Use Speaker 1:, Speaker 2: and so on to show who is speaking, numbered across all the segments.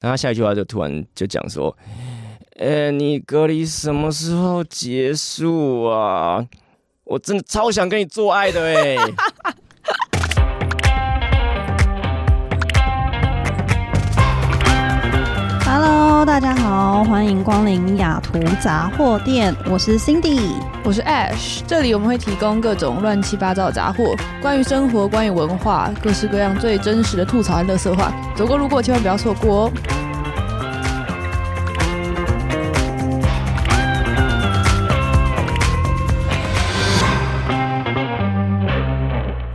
Speaker 1: 然后他下一句话就突然就讲说：“呃，你隔离什么时候结束啊？我真的超想跟你做爱的 哎、
Speaker 2: Hello，大家好，欢迎光临雅图杂货店，我是 Cindy。
Speaker 3: 我是 Ash，这里我们会提供各种乱七八糟的杂货，关于生活，关于文化，各式各样最真实的吐槽和乐色话，走过路过千万不要错过哦。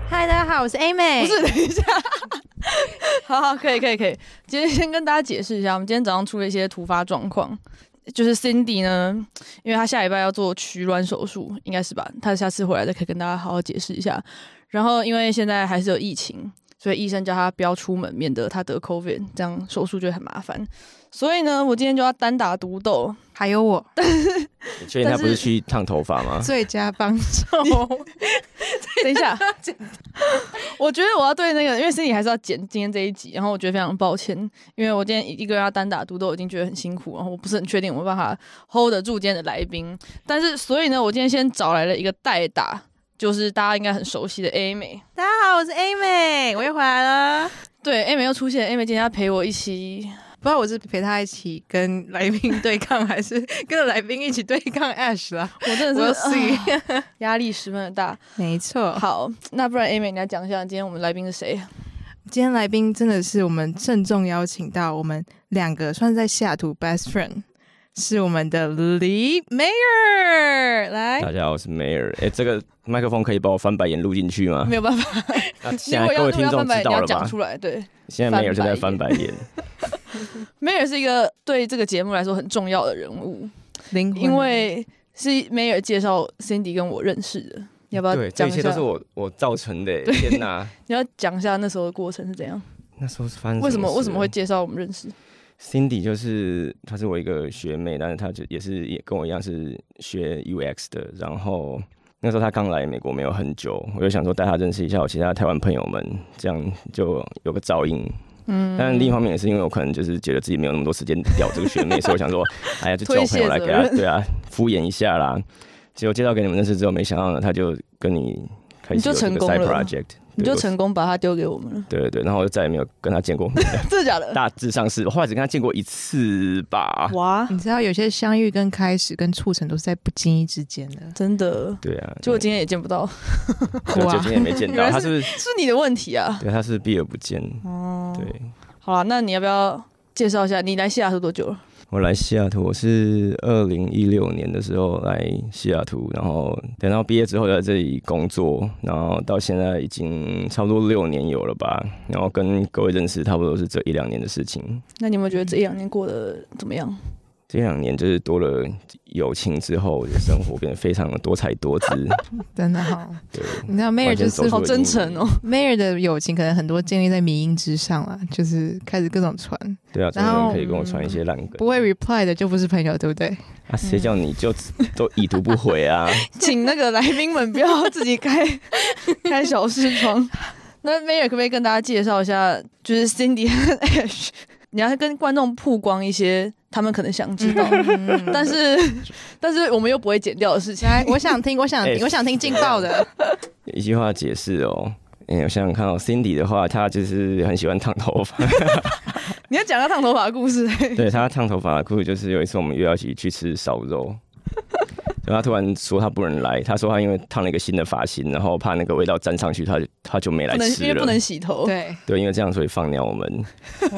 Speaker 2: 嗨，大家好，我是 A 妹。
Speaker 3: 不是，等一下， 好好，可以，可以，可以。今天先跟大家解释一下，我们今天早上出了一些突发状况，就是 Cindy 呢，因为她下礼拜要做取卵手术，应该是吧？她下次回来再可以跟大家好好解释一下。然后因为现在还是有疫情，所以医生叫她不要出门，免得她得 COVID，这样手术就会很麻烦。所以呢，我今天就要单打独斗，
Speaker 4: 还有我
Speaker 1: 你确定他不是去烫头发吗？
Speaker 4: 最佳帮手，
Speaker 3: 等一下，我觉得我要对那个，因为 Cindy 还是要剪今天这一集，然后我觉得非常抱歉，因为我今天一个人要单打独斗，已经觉得很辛苦，然后我不是很确定我有办法 hold 得住今天的来宾，但是所以呢，我今天先找来了一个代打，就是大家应该很熟悉的 A 美，
Speaker 2: 大家好，我是 A 妹，我又回来了。
Speaker 3: 对 A 美又出现，A 美今天要陪我一起，
Speaker 4: 不知道我是陪他一起跟来宾对抗，还是 跟着来宾一起对抗 Ash 啦。
Speaker 3: 我真
Speaker 4: 我
Speaker 3: 的是
Speaker 4: 是
Speaker 3: 啊 压、力十分的大。
Speaker 4: 没错，
Speaker 3: 好，那不然 A 美你来讲一下今天我们来宾是谁？
Speaker 1: 啊
Speaker 4: 今天来宾真的是我们郑重邀请到我们两个算是在西雅图 best friend，是我们的李 Mayer 来。
Speaker 1: 大家好，我是梅尔。哎、这个麦克风可以把我翻白眼录进去吗？
Speaker 3: 没有办法，
Speaker 1: 那
Speaker 3: 如
Speaker 1: 现
Speaker 3: 果
Speaker 1: 在各
Speaker 3: 要
Speaker 1: 位
Speaker 3: 如果要
Speaker 1: 听众
Speaker 3: 翻白
Speaker 1: 知
Speaker 3: 眼，你
Speaker 1: 道
Speaker 3: 要
Speaker 1: 了
Speaker 3: 讲
Speaker 1: 吧？
Speaker 3: 出来，对。
Speaker 1: 现在梅尔正在翻白眼，
Speaker 3: 梅尔是一个对这个节目来说很重要的人物，
Speaker 4: 灵魂，
Speaker 3: 因为是梅尔介绍 Cindy 跟我认识的。 你要不要
Speaker 1: 嗯对，这
Speaker 3: 讲
Speaker 1: 一
Speaker 3: 一
Speaker 1: 切
Speaker 3: 下
Speaker 1: 都是？我我造成的、欸天哪！
Speaker 3: 你要讲一下那时候的过程是怎样？
Speaker 1: 那时候是翻
Speaker 3: 为什么为什么会介绍我们认识？
Speaker 1: Cindy 就是她是我一个学妹，但是她就也是也跟我一样是学 UX 的。然后那时候她刚来美国没有很久，我就想说带她认识一下我其他台湾朋友们，这样就有个照应。
Speaker 3: 嗯，
Speaker 1: 但另一方面也是因为我可能就是觉得自己没有那么多时间聊这个学妹，所以我想说，哎呀，就交朋友来给她
Speaker 3: 推卸责，任
Speaker 1: 对啊，敷衍一下啦。结果介绍给你们认识之后，没想到呢，她就跟你开
Speaker 3: 你
Speaker 1: 始
Speaker 3: 就
Speaker 1: 有这
Speaker 3: 成
Speaker 1: 个
Speaker 3: 功
Speaker 1: side
Speaker 3: 了
Speaker 1: project，
Speaker 3: 你就成功把它丢给我 们了，
Speaker 1: 对对对，然后我就再也没有跟她见过面，
Speaker 3: 真的假的？
Speaker 1: 大致上是，我后来只跟她见过一次吧。
Speaker 3: 哇，
Speaker 4: 你知道有些相遇跟开始跟促成都是在不经意之间的。
Speaker 3: 真的！
Speaker 1: 对啊，
Speaker 3: 就我今天也见不到，
Speaker 1: 对我
Speaker 4: 哇
Speaker 1: 姐姐也没见
Speaker 3: 原
Speaker 1: 到，
Speaker 3: 来
Speaker 1: 她是不是
Speaker 3: 是你的问题啊。
Speaker 1: 对她是避而不见。
Speaker 3: 哦，
Speaker 1: 对
Speaker 3: 好了，那你要不要介绍一下你来西雅图多久了？
Speaker 1: 我来西雅图，我是二零一六年的时候来西雅图，然后等到毕业之后在这里工作，然后到现在已经差不多六年有了吧，然后跟各位认识差不多是这一两年的事情。
Speaker 3: 那你有没有觉得这一两年过得怎么样？
Speaker 1: 这两年就是多了友情之后，我的生活变得非常的多彩多 姿。
Speaker 4: 真的好，
Speaker 1: 对，
Speaker 4: 你知道 Mayer
Speaker 1: 完全
Speaker 4: 就
Speaker 1: 走
Speaker 4: 是
Speaker 1: 出
Speaker 3: 好
Speaker 1: 了
Speaker 3: 真
Speaker 1: 阴影
Speaker 3: 诚哦！
Speaker 4: Mayer 的友情，可能很多建立在迷音之上啦，就是开始各种传，
Speaker 1: 对啊，总
Speaker 4: 然
Speaker 1: 有
Speaker 4: 后
Speaker 1: 人可以跟我传一些烂梗
Speaker 4: 不会 reply 的就不是朋友，对不对？
Speaker 1: 啊，谁叫你就都已读不回啊？
Speaker 3: 请那个来宾们不要自己开开小视窗。 那 Mayer 可不可以跟大家介绍一下，就是 Cindy 和 Ash，你要跟观众曝光一些他们可能想知道， 但是但是我们又不会剪掉的事情。
Speaker 4: 来，我想听，我想
Speaker 1: 哎
Speaker 4: 听，我想听劲爆的。
Speaker 1: 一句话解释哦。哎、我想想看哦，Cindy 的话，她就是很喜欢烫头 发。
Speaker 3: 你要讲个烫头发的故事、
Speaker 1: 对她烫头发的故事就是有一次我们约要一起去吃烧肉， 然后她突然说她不能来，她说她因为烫了一个新的发型，然后怕那个味道沾上去，她就她就没来
Speaker 3: 不能因
Speaker 1: 吃
Speaker 3: 为不能
Speaker 1: 了。
Speaker 3: 洗头。
Speaker 4: 对，
Speaker 1: 对，因为这样所以放鸟我们。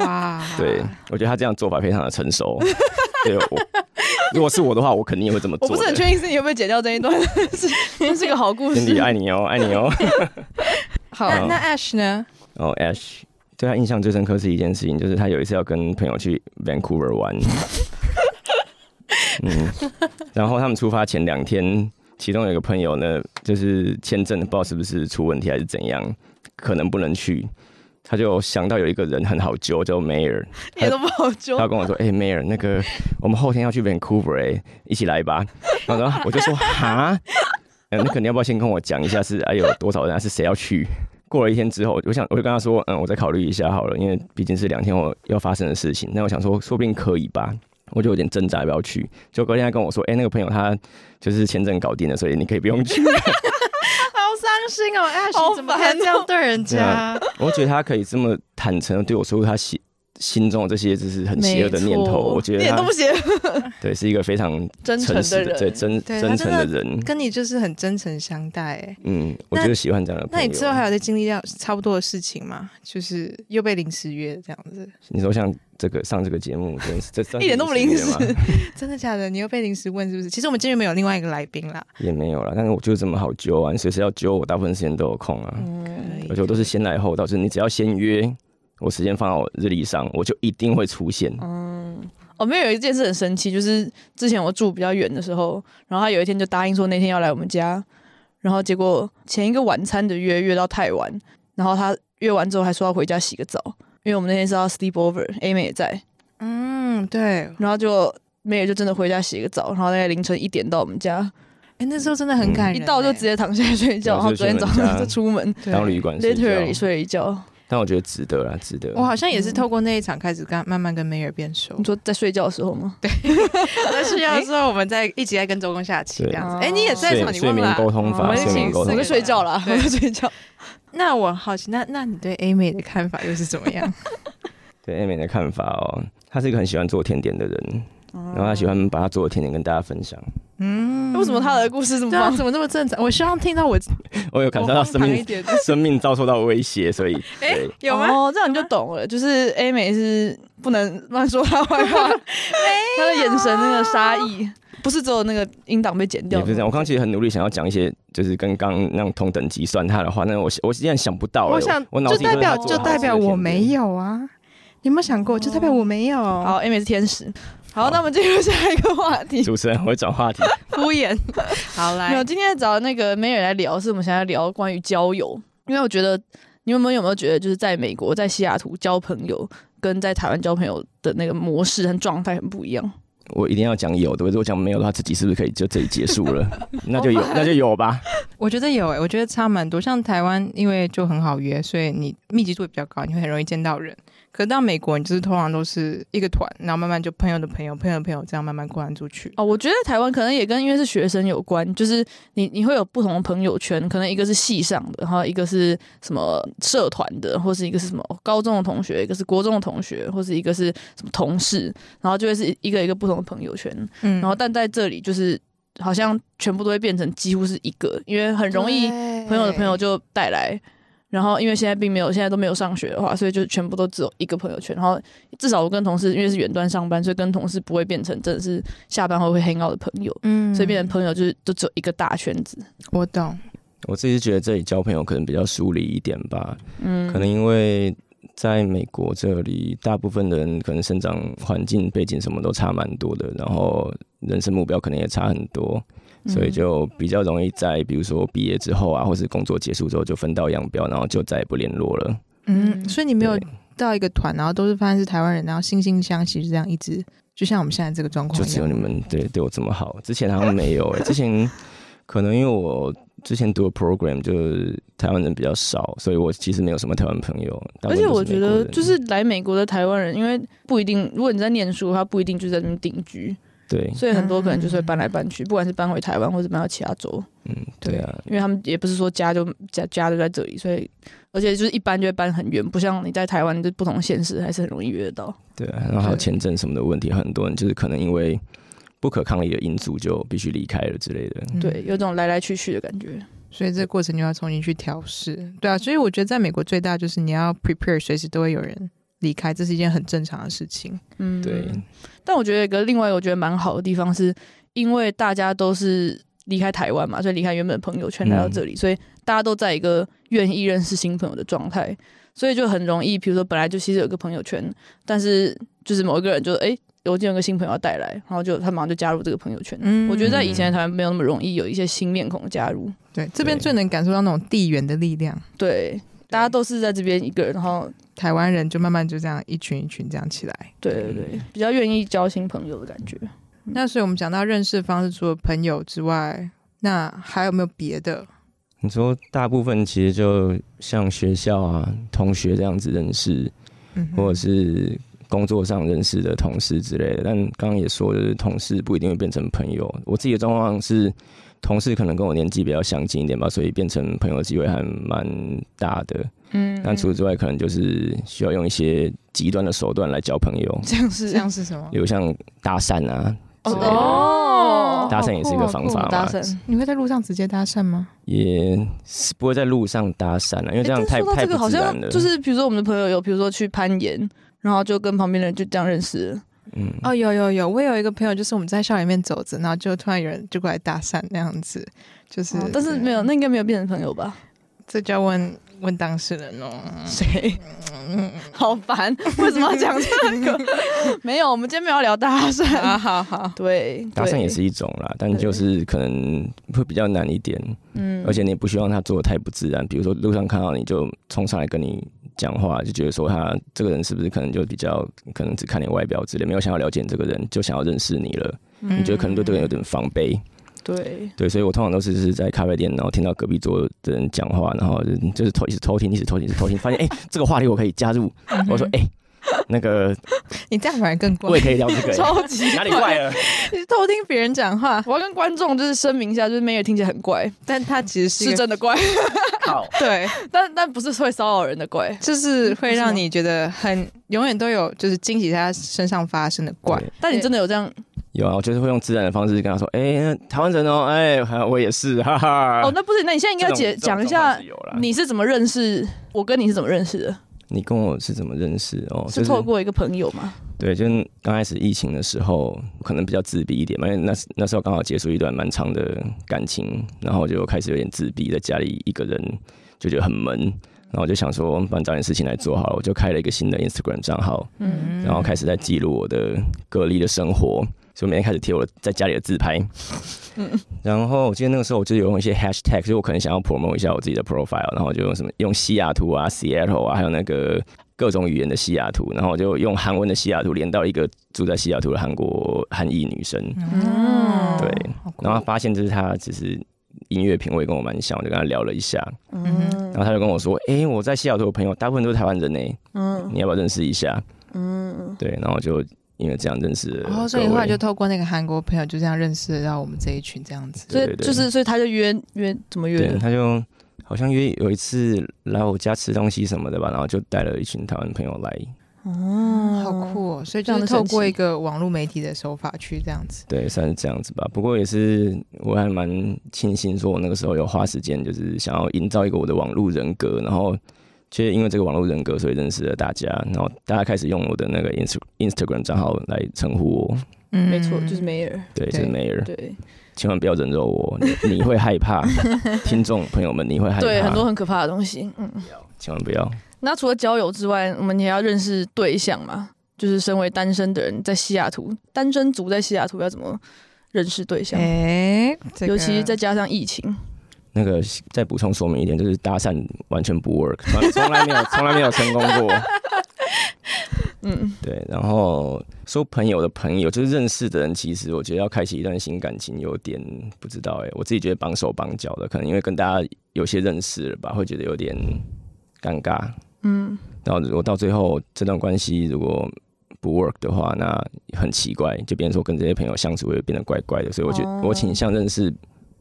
Speaker 4: 哇，
Speaker 3: 啊
Speaker 1: 对，我觉得她这样做法非常的成熟。对我，如果是我的话，我肯定也会这么
Speaker 3: 我
Speaker 1: 做
Speaker 3: 不是很
Speaker 1: 的。
Speaker 3: 确定 Cindy 会不会剪掉这一段，但 是这是个好故
Speaker 1: Cindy
Speaker 3: 事。
Speaker 1: 爱你哦，爱你哦。
Speaker 3: 好，
Speaker 4: 那
Speaker 1: 嗯
Speaker 4: 那 Ash 呢？
Speaker 1: 然后哦 Ash 对他印象最深刻是一件事情，就是他有一次要跟朋友去 Vancouver 玩， 嗯，然后他们出发前两天，其中有一个朋友呢，就是签证不知道是不是出问题还是怎样，可能不能去。他就想到有一个人很好揪，叫 Mayer，
Speaker 3: 一点都不好揪
Speaker 1: 他。跟我说：“哎、m a y e r 那个我们后天要去 Vancouver，哎、一起来吧。”然后呢我就说：“哈，呃那肯定要不要先跟我讲一下是哎有多少人啊，是谁要去？”过了一天之后，我想我就跟他说，嗯，我再考虑一下好了，因为毕竟是两天后要发生的事情。那我想说，说不定可以吧。我就有点挣扎要不要去，就隔天他跟我说，哎、那个朋友他就是签证搞定了，所以你可以不用去。
Speaker 4: 好伤心哦
Speaker 3: 好
Speaker 4: ，Ash 怎么
Speaker 3: 烦
Speaker 4: 可以这样
Speaker 3: 哦
Speaker 4: 对人
Speaker 1: 对
Speaker 4: 家
Speaker 1: 啊？我觉得他可以这么坦诚的对我说出他心心中的这些就是很邪恶的念头，我觉
Speaker 3: 一
Speaker 1: 得
Speaker 3: 点都
Speaker 1: 他
Speaker 3: 不邪恶，
Speaker 1: 对是一个非常
Speaker 3: 真诚
Speaker 1: 诚
Speaker 3: 的
Speaker 1: 实
Speaker 3: 人。
Speaker 1: 对真
Speaker 4: 对
Speaker 1: 真诚
Speaker 4: 他真
Speaker 1: 的
Speaker 4: 的
Speaker 1: 人。
Speaker 4: 跟你就是很真诚相待哎。
Speaker 1: 嗯，我
Speaker 4: 那
Speaker 1: 就是喜欢这样的朋
Speaker 4: 那
Speaker 1: 友。
Speaker 4: 你之后还有在经历到差不多的事情吗？就是又被临时约这样子，
Speaker 1: 你说像这个上这个节目，真 是这算
Speaker 3: 一点都不
Speaker 1: 临时
Speaker 3: 临时
Speaker 1: 约吗
Speaker 4: 真的假的？你又被临时问是不是？其实我们今天没有另外一个来宾啦，
Speaker 1: 也没有啦。但是我就是这么好揪啊，你随时要揪我，大部分时间都有空啊。
Speaker 3: 嗯，
Speaker 1: 而且我都是先来后到，就是你只要先约，我时间放到我日历上，我就一定会出现。
Speaker 3: 哦，没有有一件事很神奇，就是之前我住比较远的时候，然后他有一天就答应说那天要来我们家，然后结果前一个晚餐的约约到太晚，然后他约完之后还说要回家洗个澡，因为我们那天是要 sleep over，A 妹也在，
Speaker 4: 嗯，对，
Speaker 3: 然后就妹也就真的回家洗个澡，然后大概凌晨一点到我们家，
Speaker 4: 哎、那时候真的
Speaker 1: 嗯
Speaker 4: 很感人、欸
Speaker 3: 一到就直接躺下来睡觉，
Speaker 1: 对
Speaker 3: 然后
Speaker 1: 就
Speaker 3: 昨
Speaker 1: 去
Speaker 3: 天
Speaker 1: 我
Speaker 3: 早
Speaker 1: 们
Speaker 3: 上
Speaker 1: 家
Speaker 3: 就 出门
Speaker 4: 对
Speaker 1: 当旅
Speaker 3: 啊
Speaker 1: 馆睡觉，
Speaker 3: ，literally 睡了一觉。
Speaker 1: 但我觉得值得啦，值得。
Speaker 4: 我好像也是透过那一场开始跟慢慢跟梅尔变熟
Speaker 3: 你，说在睡觉的时候吗？对，
Speaker 4: 但是要说我们在一起在跟周公下棋这样子。
Speaker 3: 对
Speaker 4: 哎、你也在
Speaker 1: 睡
Speaker 4: 场，你
Speaker 1: 睡
Speaker 4: 忘了
Speaker 1: 眠
Speaker 4: 啊、
Speaker 1: 沟通
Speaker 4: 我
Speaker 1: 法，
Speaker 4: 们一
Speaker 1: 睡
Speaker 4: 起
Speaker 1: 眠沟
Speaker 4: 四
Speaker 1: 通
Speaker 3: 我在
Speaker 4: 个
Speaker 1: 法。
Speaker 3: 睡觉啦， 我
Speaker 4: 对
Speaker 3: 在睡觉。
Speaker 4: 那我好奇，那那你对 A 美的看法又是怎么样？
Speaker 1: 对 a m 的看法哦，他是一个很喜欢做甜点的人，
Speaker 4: 哦
Speaker 1: 然后他喜欢把他做的甜点跟大家分享。
Speaker 4: 嗯，
Speaker 3: 为什么他的故事这么
Speaker 4: 对啊？
Speaker 3: 棒？
Speaker 4: 怎么这么正常？我希望听 到我
Speaker 1: 我有感受到生
Speaker 4: 我荒唐一
Speaker 1: 命
Speaker 4: 点
Speaker 1: 生命遭受到威胁， 所以对
Speaker 4: 哎有吗？
Speaker 3: 哦，这样你就懂了，就是 A 美是不能乱说她坏 话，她的
Speaker 4: 啊
Speaker 3: 眼神那个杀意，不是只有那个音档被剪掉
Speaker 1: 也不是这样。我刚刚其实很努力想要讲一些，就是跟刚刚那种同等级算他的话，但是我我现在想不到了。欸
Speaker 4: 我想
Speaker 1: 我脑
Speaker 4: 就
Speaker 1: 子里
Speaker 4: 代表
Speaker 1: 都是
Speaker 4: 就
Speaker 1: 他做好吃的
Speaker 4: 代表
Speaker 1: 甜
Speaker 4: 我
Speaker 1: 点
Speaker 4: 没。有啊。你有没有想过，就代表我没有？
Speaker 3: 好，A 美是天使。好，那我们进入下一个话题。
Speaker 1: 主持人，我会转话题。
Speaker 4: 敷衍。好
Speaker 3: 没有，
Speaker 4: 来，
Speaker 3: 今天找那个梅尔来聊，是我们想要聊关于交友，因为我觉得你们有没有觉得，就是在美国在西雅图交朋友跟在台湾交朋友的那个模式和状态很不一样？
Speaker 1: 我一定要讲有的，如果讲没有的话，自己是不是可以就这里结束 了？那就有，那就有吧。
Speaker 4: 我觉得有诶、哎我觉得差蛮多。像台湾，因为就很好约，所以你密集度也比较高，你会很容易见到人。可是到美国，你就是通常都是一个团，然后慢慢就朋友的朋友、朋友的朋友这样慢慢扩散出去。
Speaker 3: 哦，我觉得台湾可能也跟因为是学生有关，就是你你会有不同的朋友圈，可能一个是系上的，然后一个是什么社团的，或是一个是什么哦高中的同学，一个是国中的同学，或是一个是什么同事，然后就会是一个一个不同的朋友圈。
Speaker 4: 嗯
Speaker 3: 然后但在这里就是好像全部都会变成几乎是一个，因为很容易朋友的朋友就带来。然后，因为现在并没有，现在都没有上学的话，所以就全部都只有一个朋友圈。然后，至少我跟同事，因为是远端上班，所以跟同事不会变成真的是下班后会 hang out 的朋友，
Speaker 4: 嗯
Speaker 3: 所以变成朋友就是就只有一个大圈子。
Speaker 4: 我懂，
Speaker 1: 我自己是觉得这里交朋友可能比较疏离一点吧，
Speaker 3: 嗯，
Speaker 1: 可能因为在美国这里，大部分的人可能生长环境背景什么都差蛮多的，然后人生目标可能也差很多，所
Speaker 3: 嗯
Speaker 1: 以就比较容易在比如说毕业之后啊，或是工作结束之后就分道扬镳，然后就再也不联络了。
Speaker 4: 嗯，
Speaker 3: 嗯
Speaker 4: 所以你没有
Speaker 1: 对
Speaker 4: 到一个团，然后都是发现是台湾人，然后惺惺相惜，就这样一直，就像我们现在这个状况
Speaker 1: 就
Speaker 4: 一
Speaker 1: 只有
Speaker 4: 样。
Speaker 1: 你们对对我这么好，之前好像没有、欸，之 前可能因为我之前读的 program 就是台湾人比较少，所以我其实没有什么台湾朋友。大部
Speaker 3: 而
Speaker 1: 分
Speaker 3: 且
Speaker 1: 都是
Speaker 3: 我觉
Speaker 1: 美国
Speaker 3: 得，
Speaker 1: 人
Speaker 3: 就是来美国的台湾人，因为不一定，如果你在念书，他不一定就在那边定居，
Speaker 1: 对，
Speaker 3: 所以很多可能就是会搬来搬去，不管是搬回台湾或者搬到其他州。
Speaker 1: 嗯，对啊，
Speaker 3: 因为他们也不是说家就家家就在这里，所以而且就是一搬就会搬很远，不像你在台湾就不同县市还是很容易约得到。
Speaker 1: 对啊，然后还有
Speaker 4: 对
Speaker 1: 签证什么的问题，很多人就是可能因为不可抗力的因素就必须离开了之类的。
Speaker 4: 嗯
Speaker 3: 对，有种来来去去的感觉。
Speaker 4: 所以这个过程就要重新去调试，对啊，所以我觉得在美国最大就是你要 prepare，随时都会有人离开，这是一件很正常的事情。
Speaker 3: 嗯，
Speaker 1: 对，
Speaker 3: 但我觉得有一个另外一个我觉得蛮好的地方是，因为大家都是离开台湾嘛，所以离开原本的朋友
Speaker 1: 嗯
Speaker 3: 圈来到这里，所以大家都在一个愿意认识新朋友的状态，所以就很容易，比如说本来就其实有一个朋友圈，但是就是某一个人就哎。我今天有个新朋友要带来，然后就他马上就加入这个朋友圈。
Speaker 4: 嗯
Speaker 3: 我觉得在以前的台湾没有那么容易有一些新面孔加入，
Speaker 4: 对，这边
Speaker 1: 对
Speaker 4: 最能感受到那种地缘的力量，
Speaker 3: 对，大家都是在这边一个人，然后
Speaker 4: 台湾人就慢慢就这样一群一群这样起来。
Speaker 3: 对对对，比较愿意交新朋友的感觉。
Speaker 4: 那所以我们讲到认识的方式，除了朋友之外，那还有没有别的？
Speaker 1: 你说大部分其实就像学校啊、同学这样子认识，
Speaker 4: 嗯哼
Speaker 1: 或者是工作上认识的同事之类的。但刚刚也说，就是同事不一定会变成朋友。我自己的状况是，同事可能跟我年纪比较相近一点吧，所以变成朋友的机会还蛮大的。
Speaker 3: 嗯，
Speaker 1: 但除此之外，可能就是需要用一些极端的手段来交朋友，
Speaker 3: 这样是
Speaker 4: 这样是什么
Speaker 1: 比？如像搭讪啊之
Speaker 3: 哦
Speaker 1: 类的。
Speaker 3: 哦，
Speaker 1: 搭讪也是一个方法嘛
Speaker 3: 搭讪，
Speaker 4: 你会在路上直接搭讪吗？
Speaker 1: 也是不会在路上搭讪啊了、因为这样
Speaker 3: 诶
Speaker 1: 太、
Speaker 3: 但说到
Speaker 1: 太
Speaker 3: 这个
Speaker 1: 不
Speaker 3: 好
Speaker 1: 自然
Speaker 3: 像
Speaker 1: 了。
Speaker 3: 就是比如说我们的朋友有，比如说去攀岩，然后就跟旁边的人就这样认识了。
Speaker 1: 嗯，
Speaker 4: 哦，有有有，我有一个朋友，就是我们在校里面走着，然后就突然有人就过来搭讪那样子，就是，
Speaker 3: 哦但是没有，那应该没有变成朋友吧？
Speaker 4: 这就要问问当事人哦。
Speaker 3: 谁？ 好烦，为什么要讲这个？ 没有，我们今天没有要聊搭讪。
Speaker 4: 好好好，
Speaker 3: 对，
Speaker 1: 搭讪
Speaker 3: 对
Speaker 1: 也，是一种啦，但
Speaker 3: 对
Speaker 1: 就是可能会比较难一点，
Speaker 3: 嗯
Speaker 1: 而且你也不希望他做的太不自然。比如说路上看到你就冲上来跟你讲话，就觉得说他这个人是不是可能就比较可能只看你外表之类，没有想要了解你这个人，就想要认识你了，
Speaker 4: 你
Speaker 3: 嗯
Speaker 1: 你觉得可能对这个人有点防备。
Speaker 3: 对，
Speaker 1: 对，所以我通常都是是在咖啡店，然后听到隔壁桌的人讲话，然后就就是偷一直偷听，一直偷听，一直偷听，发现哎、这个话题我可以加入，我
Speaker 3: 嗯
Speaker 1: 说哎、那个
Speaker 4: 嗯你这样反而更怪
Speaker 1: 我也，可以聊这个、欸，
Speaker 3: 超级
Speaker 1: 哪里怪了？
Speaker 4: 你偷听别人讲话，
Speaker 3: 我要跟观众就是声明一下，就是 May 听起来很怪，
Speaker 4: 但他其实是一
Speaker 3: 是
Speaker 4: 个
Speaker 3: 真的怪，
Speaker 1: 靠！
Speaker 4: 对，
Speaker 3: 但但不是会骚扰人的怪。
Speaker 4: 就是会让你觉得很永远都有就是惊喜在他身上发生的怪。
Speaker 1: 对
Speaker 3: 但你真的有这样？
Speaker 1: 有啊，我就是会用自然的方式跟他说，哎、那台湾人哦，哎、还有我也是，哈哈。
Speaker 3: 哦，那不是，那你现在应该解
Speaker 1: 啊这种
Speaker 3: 讲一，
Speaker 1: 这种状
Speaker 3: 下
Speaker 1: 况是有啦
Speaker 3: 你是怎么认识我，跟你是怎么认识的？
Speaker 1: 你跟我是怎么认识哦？就是
Speaker 3: 透过一个朋友吗？
Speaker 1: 对，就是刚开始疫情的时候，可能比较自闭一点嘛，因为那时那时候刚好结束一段蛮长的感情，然后就开始有点自闭，在家里一个人就觉得很闷，然后我就想说，反正找点事情来做好了，我就开了一个新的 Instagram 账号，
Speaker 3: 嗯，
Speaker 1: 然后开始在记录我的隔离的生活，所以每天开始贴我在家里的自拍。
Speaker 4: 嗯
Speaker 1: 然后我记得那个时候，我就有用一些 hashtag，就是我可能想要 promote 一下我自己的 profile，然后我就用什么用西雅图啊、Seattle 啊，还有那个各种语言的西雅图，然后我就用韩文的西雅图连到一个住在西雅图的韩国韩裔女生，
Speaker 4: 嗯，
Speaker 1: 对
Speaker 4: 好酷
Speaker 1: 然后发现就是她只是音乐品味跟我蛮像，我就跟她聊了一下，
Speaker 3: 嗯
Speaker 1: 然后她就跟我说：“诶，我在西雅图的朋友大部分都是台湾人呢、欸
Speaker 3: 嗯
Speaker 1: 你要不要认识一下
Speaker 3: 嗯？”，
Speaker 1: 对，然后就因为这样认识了各位。
Speaker 4: 哦，所以后来就透过那个韩国朋友，就这样认识到我们这一群这样子。
Speaker 3: 所以
Speaker 1: 对对
Speaker 3: 就是，所以他就约约怎么约
Speaker 1: 对，
Speaker 3: 的？
Speaker 1: 他就好像约有一次来我家吃东西什么的吧，然后就带了一群台湾朋友来，
Speaker 3: 哦
Speaker 4: 好！酷哦！所以
Speaker 3: 这
Speaker 4: 就
Speaker 3: 样
Speaker 4: 是
Speaker 3: 的神
Speaker 4: 透过
Speaker 3: 奇
Speaker 4: 一个网络媒体的手法去这样子。
Speaker 1: 对，算是这样子吧。不过也是我还蛮庆幸，说我那个时候有花时间，就是想要营造一个我的网络人格，然后却因为这个网络人格，所以认识了大家，然后大家开始用我的那个 Inst Instagram 账号来称呼我，
Speaker 4: 嗯
Speaker 3: 没错，就是梅尔。
Speaker 1: 对，就是
Speaker 4: 对
Speaker 1: Mayer，
Speaker 3: 对
Speaker 1: 千万不要人肉我，哦你你会害怕，听众朋友们，你会害怕，
Speaker 3: 对，很多很可怕的东西。嗯，
Speaker 1: 千万不要。
Speaker 3: 那除了交友之外，我们也要认识对象嘛。就是身为单身的人，在西雅图，单身族在西雅图要怎么认识对象？
Speaker 4: 哎，这
Speaker 3: 尤
Speaker 4: 个
Speaker 3: 其再加上疫情，
Speaker 1: 那个再补充说明一点，就是搭讪完全不 work，从从来没有从来没有成功 过。
Speaker 3: 嗯，
Speaker 1: 对，然后说朋友的朋友，就是认识的人，其实我觉得要开启一段新感情，有点不知道哎、我自己觉得绑手绑脚的，可能因为跟大家有些认识了吧，会觉得有点尴尬。
Speaker 3: 嗯，
Speaker 1: 然后如果到最后这段关系如果不 work 的话，那很奇怪，就变成说跟这些朋友相处会变得怪怪的，所以我觉得、
Speaker 3: 哦
Speaker 1: 我倾向认识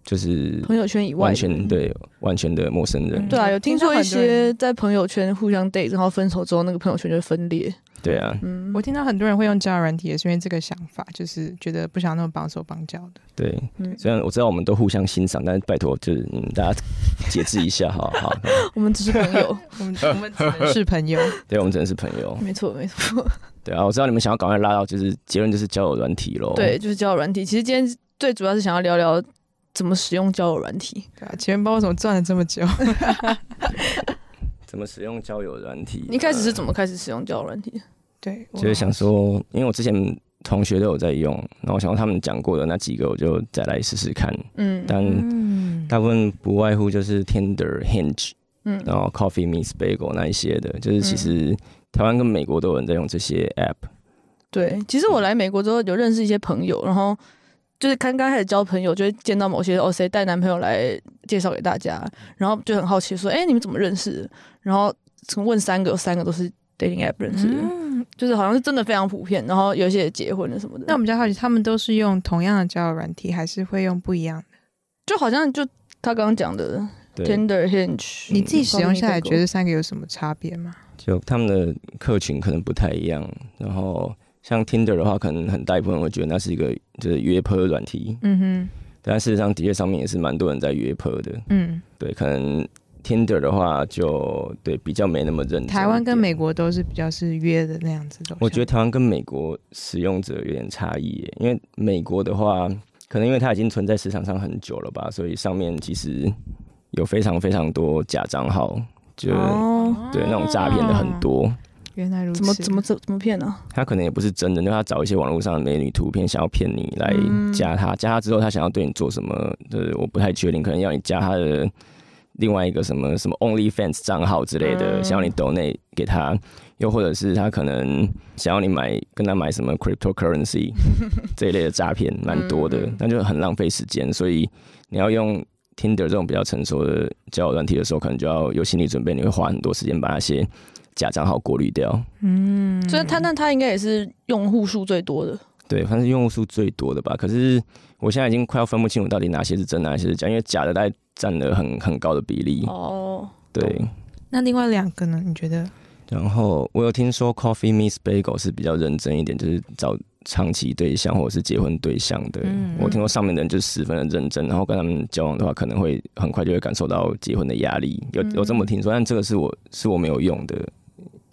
Speaker 1: 就是
Speaker 3: 朋友圈以外
Speaker 1: 完
Speaker 3: 的
Speaker 1: 全对完全的陌生人。
Speaker 3: 对啊，
Speaker 4: 嗯
Speaker 3: 有听
Speaker 4: 听
Speaker 3: 说
Speaker 4: 到
Speaker 3: 一
Speaker 4: 很多人
Speaker 3: 些在朋友圈互相 date，然后分手之后那个朋友圈就分裂。
Speaker 1: 对啊，
Speaker 3: 嗯，
Speaker 4: 我听到很多人会用交友软体，也是因为这个想法，就是觉得不想那么绑手绑脚的。
Speaker 1: 对，
Speaker 3: 嗯
Speaker 1: 虽然我知道我们都互相欣赏，但是拜托，就是嗯，大家节制一下，好好。
Speaker 3: 我们只是朋 友，
Speaker 4: 我们我们只能是朋 友，
Speaker 1: 对，我们真的是朋友。
Speaker 3: 没错没错。
Speaker 4: 哦
Speaker 1: 对啊，我知道你们想要赶快拉到，就是结论就是交友软体咯。
Speaker 3: 对，，就是交友软体。其实今天最主要是想要聊聊怎么使用交友软体。
Speaker 4: 对啊，钱包为什么赚了这么久？
Speaker 1: 怎么使用交友软体？
Speaker 3: 你一开始是怎么开始使用交友软体？
Speaker 4: 对，
Speaker 1: 呃就是想说，因为我之前同学都有在用，然后我想到他们讲过的那几个，我就再来试试看。
Speaker 3: 嗯
Speaker 1: 但
Speaker 4: 嗯，
Speaker 1: 大部分不外乎就是 Tinder、Hinge，
Speaker 3: 嗯
Speaker 1: 然后 Coffee Meets Bagel 那一些的，就是其实台湾跟美国都有人在用这些 app。
Speaker 4: 嗯
Speaker 3: 对，其实我来美国之后有认识一些朋友，然后就是刚刚开始交朋友，就会见到某些哦谁带男朋友来介绍给大家，
Speaker 4: 嗯
Speaker 3: 然后就很好奇说，哎、你们怎么认识的？然后从问三个，有三个都是 dating app 认识的，
Speaker 4: 嗯，
Speaker 3: 就是好像是真的非常普遍。然后有一些也结婚了什么的，
Speaker 4: 那我们比较好奇，他们都是用同样的交友软体，还是会用不一样的？
Speaker 3: 就好像就他刚刚讲的
Speaker 1: 对，
Speaker 3: Tinder、Hinge，
Speaker 4: 你自己使用下来，
Speaker 3: Bumble
Speaker 4: 觉得三个有什么差别吗？
Speaker 1: 就他们的客群可能不太一样。然后像 Tinder 的话，可能很大一部分会觉得那是一个就是约炮的软体，
Speaker 4: 嗯
Speaker 1: 但事实上的确上面也是蛮多人在约炮的。
Speaker 4: 哼，嗯，
Speaker 1: 对，可能 Tinder 的话就对比较没那么认真一点。
Speaker 4: 嗯台湾跟美国都是比较是约的那样子的。
Speaker 1: 我觉得台湾跟美国使用者有点差异耶，因为美国的话，可能因为它已经存在市场上很久了吧，所以上面其实有非常非常多假账号，就、
Speaker 3: 哦，
Speaker 1: 对那种诈骗的很多。
Speaker 4: 哦原来如此，
Speaker 3: 怎么怎么怎怎么骗呢？
Speaker 1: 他可能也不是真的，就他找一些网络上的美女图片，想要骗你来
Speaker 3: 嗯
Speaker 1: 加他，加他之后他想要对你做什么，就是我不太确定，可能要你加他的另外一个什么什么 OnlyFans 账号之类的，
Speaker 3: 嗯
Speaker 1: 想要你 donate 给他，又或者是他可能想要你买跟他买什么 cryptocurrency 这一类的诈骗，蛮多的
Speaker 3: 嗯，
Speaker 1: 那就很浪费时间，所以你要用。Tinder 这种比较成熟的交友软体的时候，可能就要有心理准备，你会花很多时间把那些假账号过滤掉。
Speaker 4: 嗯，
Speaker 3: 所以他那他应该也是用户数最多的，
Speaker 1: 对，算是用户数最多的吧。可是我现在已经快要分不清我到底哪些是真，哪些是假，因为假的大概占了很很高的比例。
Speaker 4: 嗯
Speaker 3: 哦，
Speaker 1: 对，
Speaker 4: 那另外两个呢？你觉得？
Speaker 1: 然后我有听说 Coffee Miss Bagel 是比较认真一点，就是找长期对象或者是结婚对象的。
Speaker 4: 嗯
Speaker 1: 我听说上面的人就十分的认真，然后跟他们交往的话，可能会很快就会感受到结婚的压力。有有这么听说，但这个是我是我没有用的，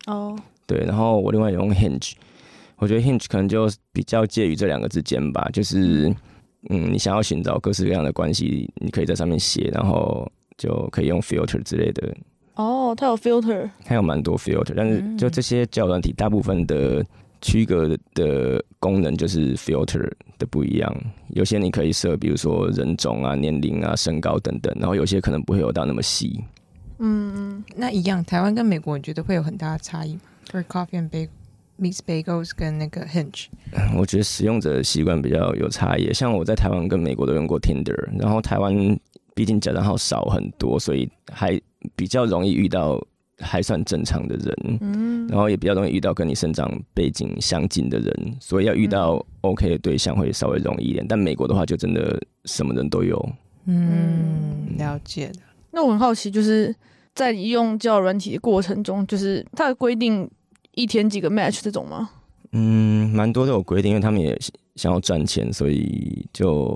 Speaker 3: 哦，
Speaker 1: 对，然后我另外有用 Hinge，我觉得 Hinge 可能就比较介于这两个之间吧，就是嗯，你想要寻找各式各样的关系，你可以在上面写，然后就可以用 filter 之类的，
Speaker 3: 哦，他有 filter，
Speaker 1: 它有蛮多 filter，但是
Speaker 4: 嗯
Speaker 1: 就这些交友软体大部分的区隔的功能就是 filter 的不一样，有些你可以设，比如说人种啊、年龄啊、身高等等，然后有些可能不会有到那么细，
Speaker 3: 嗯，
Speaker 4: 那一样，台湾跟美国，你觉得会有很大的差异吗？For coffee and bagel, mix bagels 跟那个 hinge，
Speaker 1: 我觉得使用者的习惯比较有差异。像我在台湾跟美国都用过 Tinder，然后台湾毕竟假账号少很多，所以还比较容易遇到还算正常的人，
Speaker 3: 嗯
Speaker 1: 然后也比较容易遇到跟你生长背景相近的人，所以要遇到 OK 的对象会稍微容易一点。但美国的话，就真的什么人都有。
Speaker 4: 嗯，了解的。
Speaker 3: 那我很好奇，就是在你用交友软体的过程中，就是它的规定一天几个 match 这种吗？
Speaker 1: 嗯，蛮多都有规定，因为他们也想要赚钱，所以就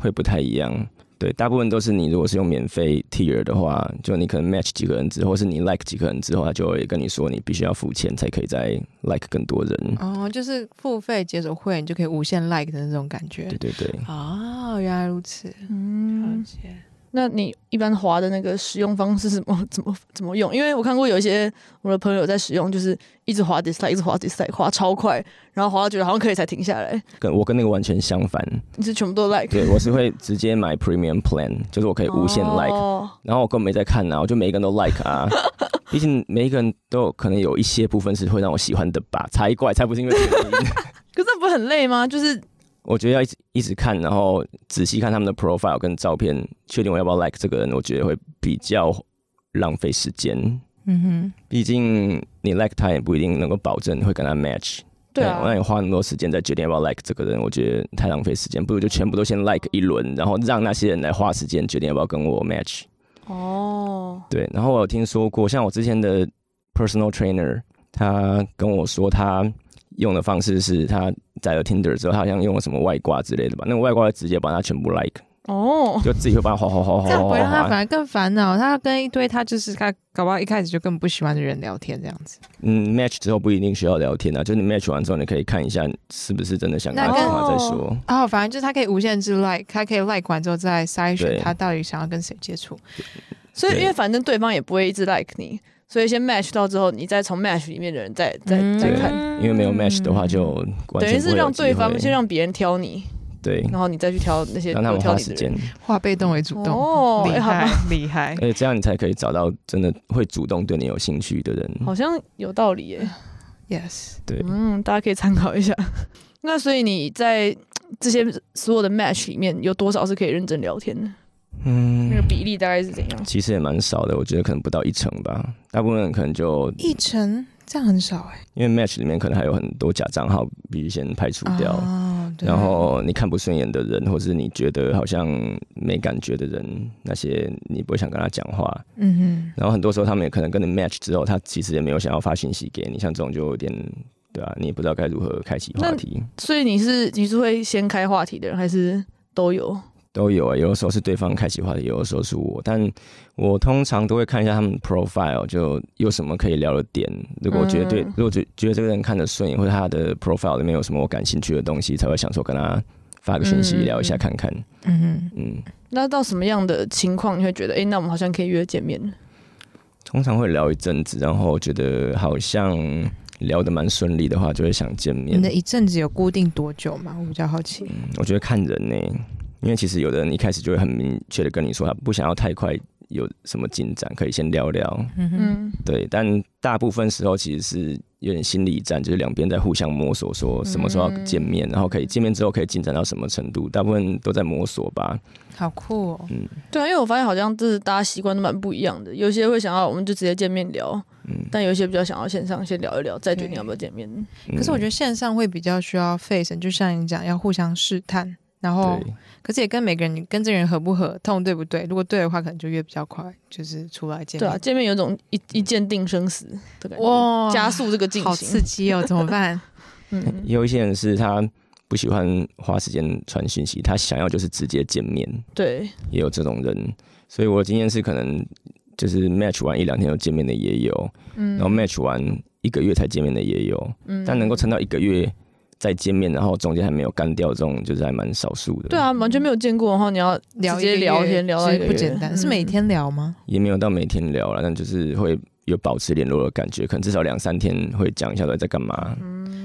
Speaker 1: 会不太一样。对，大部分都是你如果是用免费 tier 的话，就你可能 match 几个人之后，或是你 like 几个人之后，他就会跟你说你必须要付钱才可以再 like 更多人。
Speaker 4: 哦，就是付费解锁会员就可以无限 like 的那种感觉
Speaker 1: 对。对对，
Speaker 4: 哦，原来如此，了
Speaker 3: 嗯，
Speaker 4: 解。
Speaker 3: 那你一般滑的那个使用方式是怎么 怎么怎么用？因为我看过有一些我的朋友在使用，就是一直滑 dislike，一直滑 dislike，滑超快，然后滑到觉得好像可以才停下来。
Speaker 1: 跟我跟那个完全相反，
Speaker 3: 你是全部都 like，
Speaker 1: 对我是会直接买 premium plan，就是我可以无限 like，、
Speaker 3: 哦
Speaker 1: 然后我根本没在看啊，我就每一个人都 like 啊。毕竟每一个人都有可能有一些部分是会让我喜欢的吧，才怪，才不是因为这个原因。
Speaker 3: 可是那不是很累吗？就是
Speaker 1: 我觉得要一直一直看，然后仔细看他们的 profile 跟照片，确定我要不要 like 这个人，我觉得会比较浪费时间。
Speaker 4: 嗯
Speaker 1: 毕竟你 like 他也不一定能够保证会跟他 match。
Speaker 3: 对
Speaker 1: 那那
Speaker 3: 啊，
Speaker 1: 你花那么多时间在决定要不要 like 这个人，我觉得太浪费时间，不如就全部都先 like 一轮，然后让那些人来花时间决定要不要跟我 match。
Speaker 3: 哦，
Speaker 1: 对，然后我有听说过，像我之前的 personal trainer，他跟我说他用的方式是他载了 Tinder 之后，他好像用了什么外挂之类的吧，那个外挂会直接把他全部 like，
Speaker 3: 哦，
Speaker 1: 就自己会把它划划划
Speaker 4: 哼，这样
Speaker 1: 划
Speaker 4: 不会
Speaker 1: 划
Speaker 4: 让他
Speaker 1: 划
Speaker 4: 反
Speaker 1: 划。
Speaker 4: 而更烦恼。他跟一堆他就是他搞不好一开始就根本不喜欢的人聊天这样子。
Speaker 1: 嗯，match 之后不一定需要聊天啊，就是你 match 完之后，你可以看一下是不是真的想跟他
Speaker 4: 那
Speaker 1: 讲
Speaker 4: 跟
Speaker 1: 话再说。
Speaker 4: 哦，反正就是他可以无限制 like，他可以 like 完之后再筛选
Speaker 1: 对
Speaker 4: 他到底想要跟谁接触。
Speaker 3: 所以
Speaker 1: 对
Speaker 3: 因为反正对方也不会一直 like 你，所以先 match 到之后，你再从 match 里面的人再再再
Speaker 1: 对
Speaker 3: 看。，
Speaker 1: 因为没
Speaker 2: 哦
Speaker 1: 有 match 的话，就完
Speaker 3: 等于
Speaker 1: 全不
Speaker 3: 是
Speaker 1: 会有
Speaker 3: 让
Speaker 1: 机
Speaker 3: 对方
Speaker 1: 会
Speaker 3: 先让别人挑你，
Speaker 1: 对，
Speaker 3: 然后你再去挑那些
Speaker 1: 让他们
Speaker 3: 多挑
Speaker 1: 花
Speaker 3: 你
Speaker 1: 时
Speaker 3: 的
Speaker 1: 间
Speaker 3: 人。，
Speaker 4: 化被动为主动，
Speaker 3: 哦
Speaker 4: 厉
Speaker 3: 哎好
Speaker 4: 害
Speaker 3: 吧
Speaker 4: 厉害
Speaker 1: 而。且这样你才可以找到真的会主动对你有兴趣的人。
Speaker 3: 好像有道理耶。
Speaker 4: Yes，
Speaker 1: 嗯对，
Speaker 3: 嗯，大家可以参考一下。那所以你在这些所有的 match 里面有多少是可以认真聊天的？那个
Speaker 1: 嗯，
Speaker 3: 比例大概是怎样？
Speaker 1: 其实也蛮少的，我觉得可能不到一成吧。大部分人可能就
Speaker 4: 一成这样很少哎、
Speaker 1: 因为 match 里面可能还有很多假账号，必须先排除掉。
Speaker 4: 哦对
Speaker 1: 然后你看不顺眼的人，或是你觉得好像没感觉的人，那些你不会想跟他讲话。
Speaker 4: 嗯
Speaker 1: 然后很多时候他们也可能跟你 match 之后，他其实也没有想要发信息给你，像这种就有点对啊，你也不知道该如何开启话题。
Speaker 3: 所以你是你是会先开话题的人，还是都有？
Speaker 1: 都有啊、有的时候是对方开启话题，有的时候是我，但我通常都会看一下他们 profile，就有什么可以聊的点。如果我觉得对，
Speaker 3: 嗯
Speaker 1: 如果觉觉得这个人看得顺眼，或者他的 profile 里面有什么我感兴趣的东西，才会想说跟他发个讯息
Speaker 3: 嗯
Speaker 1: 聊一下看看。
Speaker 4: 哼嗯
Speaker 1: 嗯，
Speaker 3: 那到什么样的情况你会觉得，哎、那我们好像可以约见面了？
Speaker 1: 通常会聊一阵子，然后觉得好像聊得蛮顺利的话，就会想见
Speaker 4: 哼，你
Speaker 1: 面
Speaker 4: 的。一阵子有固定多久吗？我比较好奇。
Speaker 1: 我觉得看人呢、因为其实有的人一开始就会很明确的跟你说，他不想要太快有什么进展，可以先聊聊。
Speaker 4: 嗯哼，
Speaker 3: 嗯，
Speaker 1: 对，但大部分时候其实是有点心理战，就是两边在互相摸索，说什么时候要见面，然后可以见面之后可以进展到什么程度，大部分都在摸索吧。
Speaker 4: 好酷哦。
Speaker 3: 对啊，因为我发现好像就是大家习惯都蛮不一样的，有些会想要我们就直接见面聊，
Speaker 1: 嗯，
Speaker 3: 但有一些比较想要线上先聊一聊，再决定要不要见面。
Speaker 1: 可
Speaker 4: 可是我觉
Speaker 1: 得
Speaker 4: 得线上会比较需要 face，就像你讲，要互相试探，然后
Speaker 1: 对，
Speaker 4: 可是也跟每个人你跟这个人合不合、痛对不对，如果对的话，可能就约比较快，就是出来见
Speaker 3: 对
Speaker 4: 面。
Speaker 3: 啊，见面有种一一见定生死的感觉，
Speaker 4: 哇
Speaker 3: 加速这个进
Speaker 4: 好刺
Speaker 3: 行。
Speaker 4: 激哦，怎么办？
Speaker 3: 嗯，
Speaker 1: 也有一些人是他不喜欢花时间传讯息，他想要就是直接见面。
Speaker 3: 对，
Speaker 1: 也有这种人，所以我的经验是可能就是 match 完一两天就见面的也有，
Speaker 3: 嗯，
Speaker 1: 然后 match 完一个月才见面的也有，
Speaker 3: 嗯
Speaker 1: 但能够撑到一个月再见面，然后中间还没有干掉这种，就是还蛮少数的。
Speaker 3: 对，啊，完全没有见过，然后你要
Speaker 4: 聊
Speaker 3: 直接
Speaker 4: 一个
Speaker 3: 聊
Speaker 4: 月
Speaker 3: 天聊到一
Speaker 4: 其实
Speaker 3: 个
Speaker 4: 不
Speaker 3: 月
Speaker 4: 简单，
Speaker 3: 嗯
Speaker 4: 是每天聊吗？
Speaker 1: 也没有到每天聊了，但就是会有保持联络的感觉，可能至少两三天会讲一下到底在干嘛。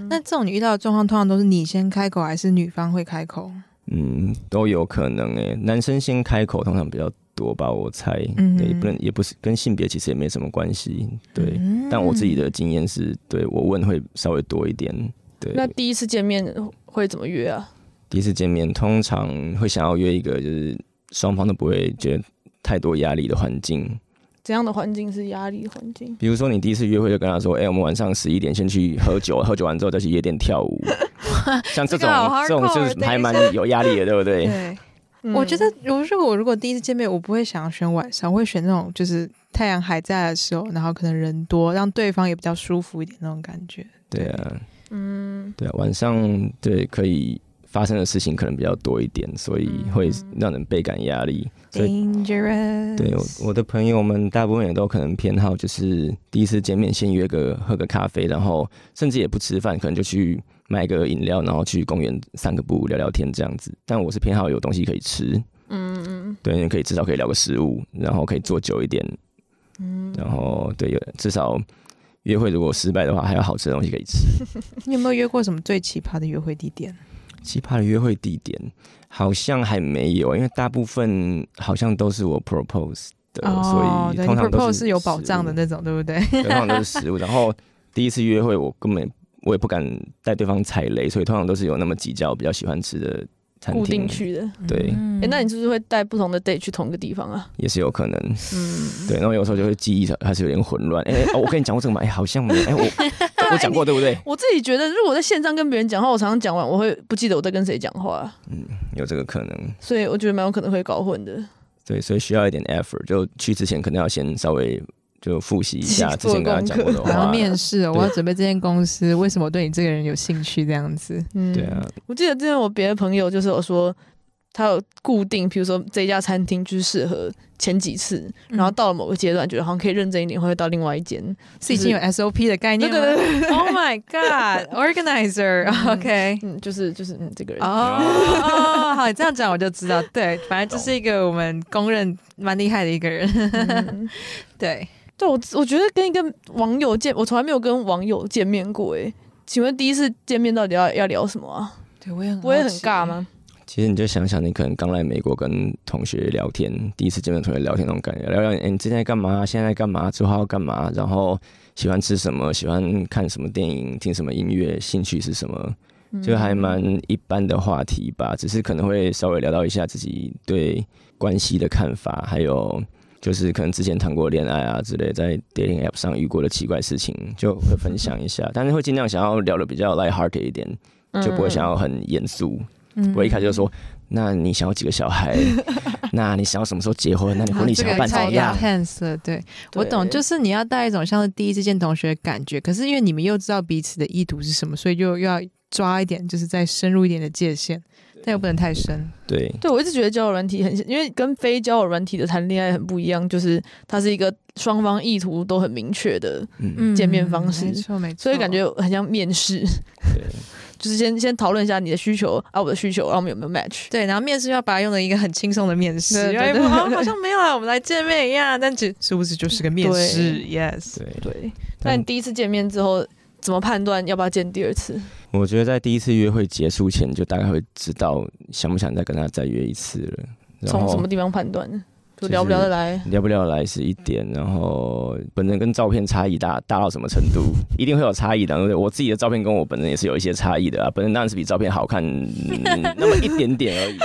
Speaker 4: 那这种你遇到的状况，通常都是你先开口，还是女方会开口？
Speaker 1: 嗯，都有可能诶、男生先开口通常比较多吧，我猜，
Speaker 4: 嗯哼
Speaker 1: 对也不能也不是跟性别其实也没什么关系，对。
Speaker 4: 嗯
Speaker 1: 但我自己的经验是，对我问会稍微多一点。对，
Speaker 3: 那第一次见面会怎么约啊？
Speaker 1: 第一次见面通常会想要约一个就是双方都不会觉得太多压力的环境。
Speaker 3: 怎样的环境是压力环境？
Speaker 1: 比如说你第一次约会就跟他说：“哎、我们晚上十一点先去喝酒，喝酒完之后再去夜店跳舞。” 像这
Speaker 4: 这
Speaker 1: 种
Speaker 4: 个好
Speaker 1: 这种
Speaker 4: hardcore，
Speaker 1: 就是还蛮有压力的，对不对？
Speaker 4: 对，
Speaker 3: 嗯
Speaker 4: 嗯我觉得，我如果我如果第一次见面，我不会想要选晚上，我会选那种就是太阳还在的时候，然后可能人多，让对方也比较舒服一点那种感觉。
Speaker 1: 对啊，
Speaker 3: 嗯，
Speaker 1: 对啊，晚上对可以发生的事情可能比较多一点，所以会让人倍感压力。所以
Speaker 4: Dangerous，
Speaker 1: 对，我我的朋友们大部分也都可能偏好，就是第一次见面先约个喝个咖啡，然后甚至也不吃饭，可能就去买个饮料，然后去公园散个步聊聊天这样子。但我是偏好有东西可以吃，
Speaker 3: 嗯嗯
Speaker 1: 对，因为可以至少可以聊个食物，然后可以坐久一点，
Speaker 3: 嗯，
Speaker 1: 然后对，有至少约会如果失败的话，还有好吃的东西可以吃。
Speaker 4: 你有没有约过什么最奇葩的约会地点？
Speaker 1: 奇葩的约会地点好像还没有，因为大部分好像都是我 propose 的，所以
Speaker 4: 哦对，
Speaker 1: 通
Speaker 4: 你
Speaker 1: 常都
Speaker 4: propose
Speaker 1: 是
Speaker 4: 是有保障
Speaker 1: 食
Speaker 4: 的
Speaker 1: 物
Speaker 4: 那种，对不对？
Speaker 1: 对，通常都是食物。然后第一次约会，我根本我也不敢带对方踩雷，所以通常都是有那么几家我比较喜欢吃的餐厅，啊
Speaker 3: 固定去的。
Speaker 1: 对
Speaker 4: 嗯
Speaker 3: 哎，那你是不是会带不同的 date 去同个地方啊？
Speaker 1: 也是有可能。
Speaker 3: 嗯，
Speaker 1: 对，然后有时候就会记忆还是有点混乱。哎、哦，我跟你讲过这个吗？哎、好像没有。哎、 我我讲过对不对？
Speaker 3: 我自己觉得，如果我在线上跟别人讲话，我常常讲完，我会不记得我在跟谁讲话，啊
Speaker 1: 有这个可能。
Speaker 3: 所以我觉得蛮有可能会搞混的。
Speaker 1: 对，所以需要一点 effort。就去之前可能要先稍微就复习一下之
Speaker 3: 做
Speaker 1: 前跟他讲过的
Speaker 3: 功
Speaker 1: 话。
Speaker 3: 课
Speaker 4: 然后面试哦，我要
Speaker 1: 对
Speaker 4: 准备这间公司，为什么我对你这个人有兴趣？这样子，
Speaker 3: 嗯
Speaker 1: 对啊，
Speaker 3: 我记得之前我别的朋友就是有说，他有固定，比如说这一家餐厅就是适合前几次，然后到了某个阶段，觉得好像可以认真一点，会到另外一间。
Speaker 4: 是已经有 SOP 的概念吗
Speaker 3: 对对对
Speaker 4: ？Oh my
Speaker 3: 嗯
Speaker 4: God，organizer，OK。
Speaker 3: 嗯，就是就是嗯，这个人。
Speaker 4: 哦哦，好，你这样讲我就知道，对，反正就是一个我们公认蛮厉害的一个 人，
Speaker 3: 嗯
Speaker 4: 对，
Speaker 3: 对我，我觉得跟一个网友见，我从来没有跟网友见面过诶。请问第一次见面到底要要聊什么啊？
Speaker 4: 对我也很
Speaker 3: 不会很尬？吗？
Speaker 1: 其实你就想想，你可能刚来美国跟同学聊天，第一次见面同学聊天那种感觉，聊聊、诶你之前在干嘛，现在在干嘛，之后要干嘛，然后喜欢吃什么，喜欢看什么电影，听什么音乐，兴趣是什么，
Speaker 3: 嗯
Speaker 1: 就还蛮一般的话题吧，只是可能会稍微聊到一下自己对关系的看法，还有就是可能之前谈过恋爱啊之类，在 dating app 上遇过的奇怪事情，就会分享一下，但是会尽量想要聊的比较 light hearted 一点，就
Speaker 3: 嗯
Speaker 1: 不会想要很严肃。
Speaker 4: 嗯
Speaker 1: 我一开始就说，那你想要几个小 孩？那你想要什么时候结婚？那你
Speaker 3: 啊
Speaker 1: 婚礼
Speaker 4: 这
Speaker 1: 想
Speaker 4: 个
Speaker 1: 要办怎
Speaker 4: 太
Speaker 1: 么样？
Speaker 4: intense 了，对我
Speaker 1: 对
Speaker 4: 懂，就是你要带一种像是第一次见同学的感觉，可是因为你们又知道彼此的意图是什么，所以就又要抓一点，就是再深入一点的界限，但又不能太深。
Speaker 1: 对，
Speaker 3: 对，我一直觉得交友软体很像，因为跟非交友软体的谈恋爱很不一样，就是它是一个双方意图都很明确的，
Speaker 1: 嗯，
Speaker 3: 见面方式
Speaker 4: 没错没错，
Speaker 3: 所以感觉很像面试，
Speaker 1: 对，
Speaker 3: 就是先先讨论一下你的需求啊，我的需求，然后我们有没有 match？
Speaker 4: 对，然后面试要把它用的一个很轻松的面试，
Speaker 3: 对对
Speaker 4: 然后
Speaker 3: 对
Speaker 4: 一副哦好像没有啊，我们来见面一样，但只 殊不知就是个面试，yes，
Speaker 1: 对。
Speaker 3: 对，嗯那
Speaker 1: 但
Speaker 3: 你第一次见面之后，怎么判断要不要见第二次？
Speaker 1: 我觉得在第一次约会结束前，就大概会知道想不想再跟他再约一次了。然
Speaker 3: 从
Speaker 1: 后
Speaker 3: 什么地方判断呢？就
Speaker 1: 就是
Speaker 3: 聊不聊得来？
Speaker 1: 聊不聊得来是一点，然后本人跟照片差异大大到什么程度， 一定会有差异的。对不对我自己的照片跟我本人也是有一些差异的啊，本人当然是比照片好看、嗯那么一点点而已。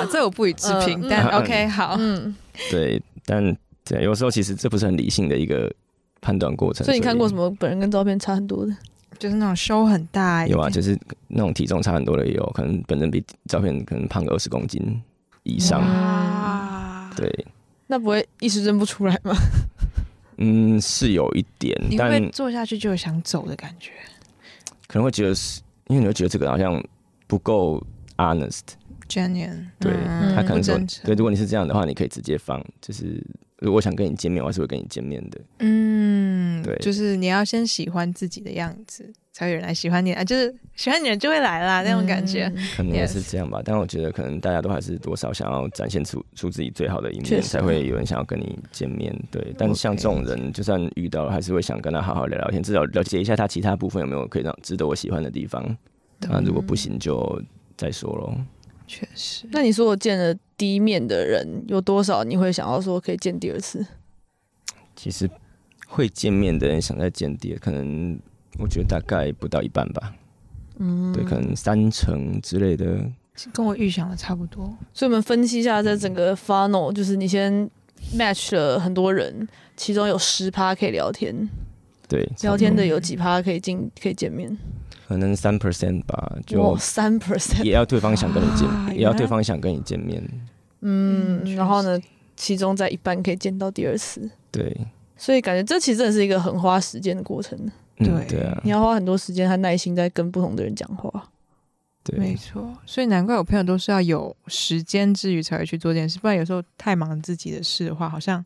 Speaker 4: 啊这我不予置评
Speaker 3: 嗯，
Speaker 4: 但
Speaker 1: 嗯
Speaker 4: OK 好，
Speaker 3: 嗯，
Speaker 1: 对，但对，有时候其实这不是很理性的一个判断过程。
Speaker 3: 所以你看过什？么本人跟照片差很多的？
Speaker 4: 就是那种胸很大，
Speaker 1: 有啊，就是那种体重差很多的也有，可能本人比照片可能胖个二十公斤以上。
Speaker 4: 嗯哇，
Speaker 1: 对，
Speaker 3: 那不会一时认不出来吗？
Speaker 1: 嗯，是有一点，
Speaker 4: 你会
Speaker 1: 但
Speaker 4: 不会坐下去就有想走的感觉？
Speaker 1: 可能会觉得是，因为你会觉得这个好像不够 honest，
Speaker 4: Genuine，
Speaker 1: 对、
Speaker 4: 嗯
Speaker 1: 他可能
Speaker 4: 不
Speaker 1: 说
Speaker 4: 真，诚
Speaker 1: 对，如果你是这样的话，你可以直接放，就是如果我想跟你见面，我还是会跟你见面的，
Speaker 4: 嗯，
Speaker 1: 对
Speaker 4: 就是你要先喜欢自己的样子，才有人来喜欢你啊，就是喜欢你的人就会来啊啦，那种感觉。
Speaker 3: 嗯
Speaker 1: 可能也是
Speaker 4: Yes
Speaker 1: 这样吧。但我觉得可能大家都还是多少想要展现出出自己最好的一
Speaker 3: 确
Speaker 1: 面，
Speaker 3: 实
Speaker 1: 才会有人想要跟你见面，对。但像这种人，就算遇到了，还是会想跟他好好聊聊天，至少了解一下他其他部分有没有可以让值得我喜欢的地方。那如果不行就再说喽。
Speaker 4: 确实，
Speaker 3: 那你说我见了第一面的人有多少？你会想要说可以见第二次？
Speaker 1: 其实会见面的人想再见第二，可能我觉得大概不到一半吧。嗯，对，可能三成之类的。
Speaker 4: 跟我预想的差不多。
Speaker 3: 所以我们分析一下，在整个 funnel，就是你先 match 了很多人，其中有十趴可以聊天，
Speaker 1: 对，
Speaker 3: 聊天
Speaker 1: 差
Speaker 3: 的有几趴可以进可以见面？
Speaker 1: 不多可能三 percent 吧，就
Speaker 3: 哇，三 percent，
Speaker 1: 也要对方想跟你见，
Speaker 4: 啊
Speaker 1: 也要对方想跟你见面。
Speaker 3: 嗯
Speaker 4: 嗯，
Speaker 3: 然后呢，其中在一半可以见到第二次，
Speaker 1: 对，
Speaker 3: 所以感觉这其实真的是一个很花时间的过程，
Speaker 1: 嗯
Speaker 4: 对，
Speaker 1: 对啊
Speaker 3: 你，要花很多时间和耐心在跟不同的人讲话。
Speaker 1: 对
Speaker 4: 没，错，所以难怪我朋友都是要有时间之余才会去做这件事，不然有时候太忙自己的事的话，好像